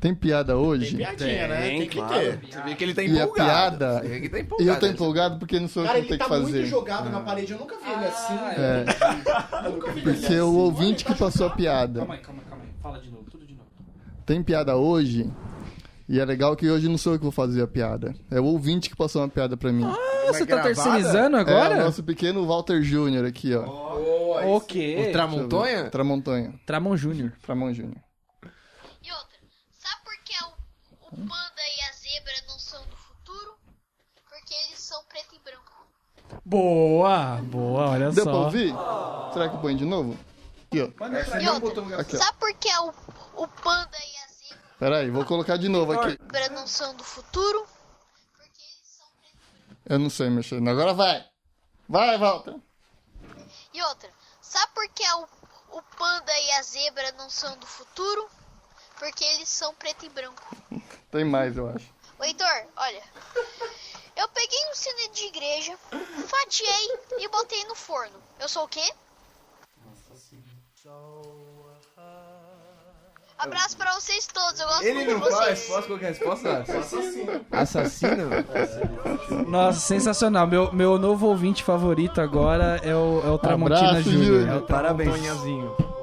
Tem piada Tem hoje? piadinha, né? Tem que ter. Você vê que ele tá E a empolgado. piada. Você vê que ele tá E empolgado. eu tô empolgado porque não sou eu Cara, que vou ele tá ter que fazer. muito jogado na parede, eu nunca vi ele assim. É. Eu nunca vi ele assim. Porque o ouvinte que passou a piada. Calma aí, calma aí, calma aí. Fala de novo, tudo de novo. Tem piada hoje. E é legal que hoje não sou eu que vou fazer a piada. É o ouvinte que passou uma piada pra mim. Ah, você tá terceirizando agora? É, o nosso pequeno Walter Júnior aqui, ó. O quê? O Tramontonha? Tramontonha. Tramon Júnior. Tramon Júnior. O panda e a zebra não são do futuro porque eles são preto e branco. Boa, boa, olha Deu só. pra ouvir? Será que põe de novo? Aqui, ó. E outra, um Aqui, ó. sabe por que o, o panda e a Peraí, vou colocar de novo aqui. zebra não são do futuro? Eu não sei mexer. Agora vai. Vai, Walter. E outra, sabe por que o, o panda e a zebra não são do futuro? Porque eles são preto e branco. Tem mais, eu acho. Ô Heitor, olha. Eu peguei um cine de igreja, fatiei e botei no forno. Eu sou o quê? Abraço pra vocês todos, eu gosto Ele muito não de vocês. faz? Posso colocar a resposta? Assassino. Assassino? Nossa, sensacional. Meu, meu novo ouvinte favorito agora é o, é o Tramontina Abraço, Júnior. Júnior. É o Tramontonhazinho.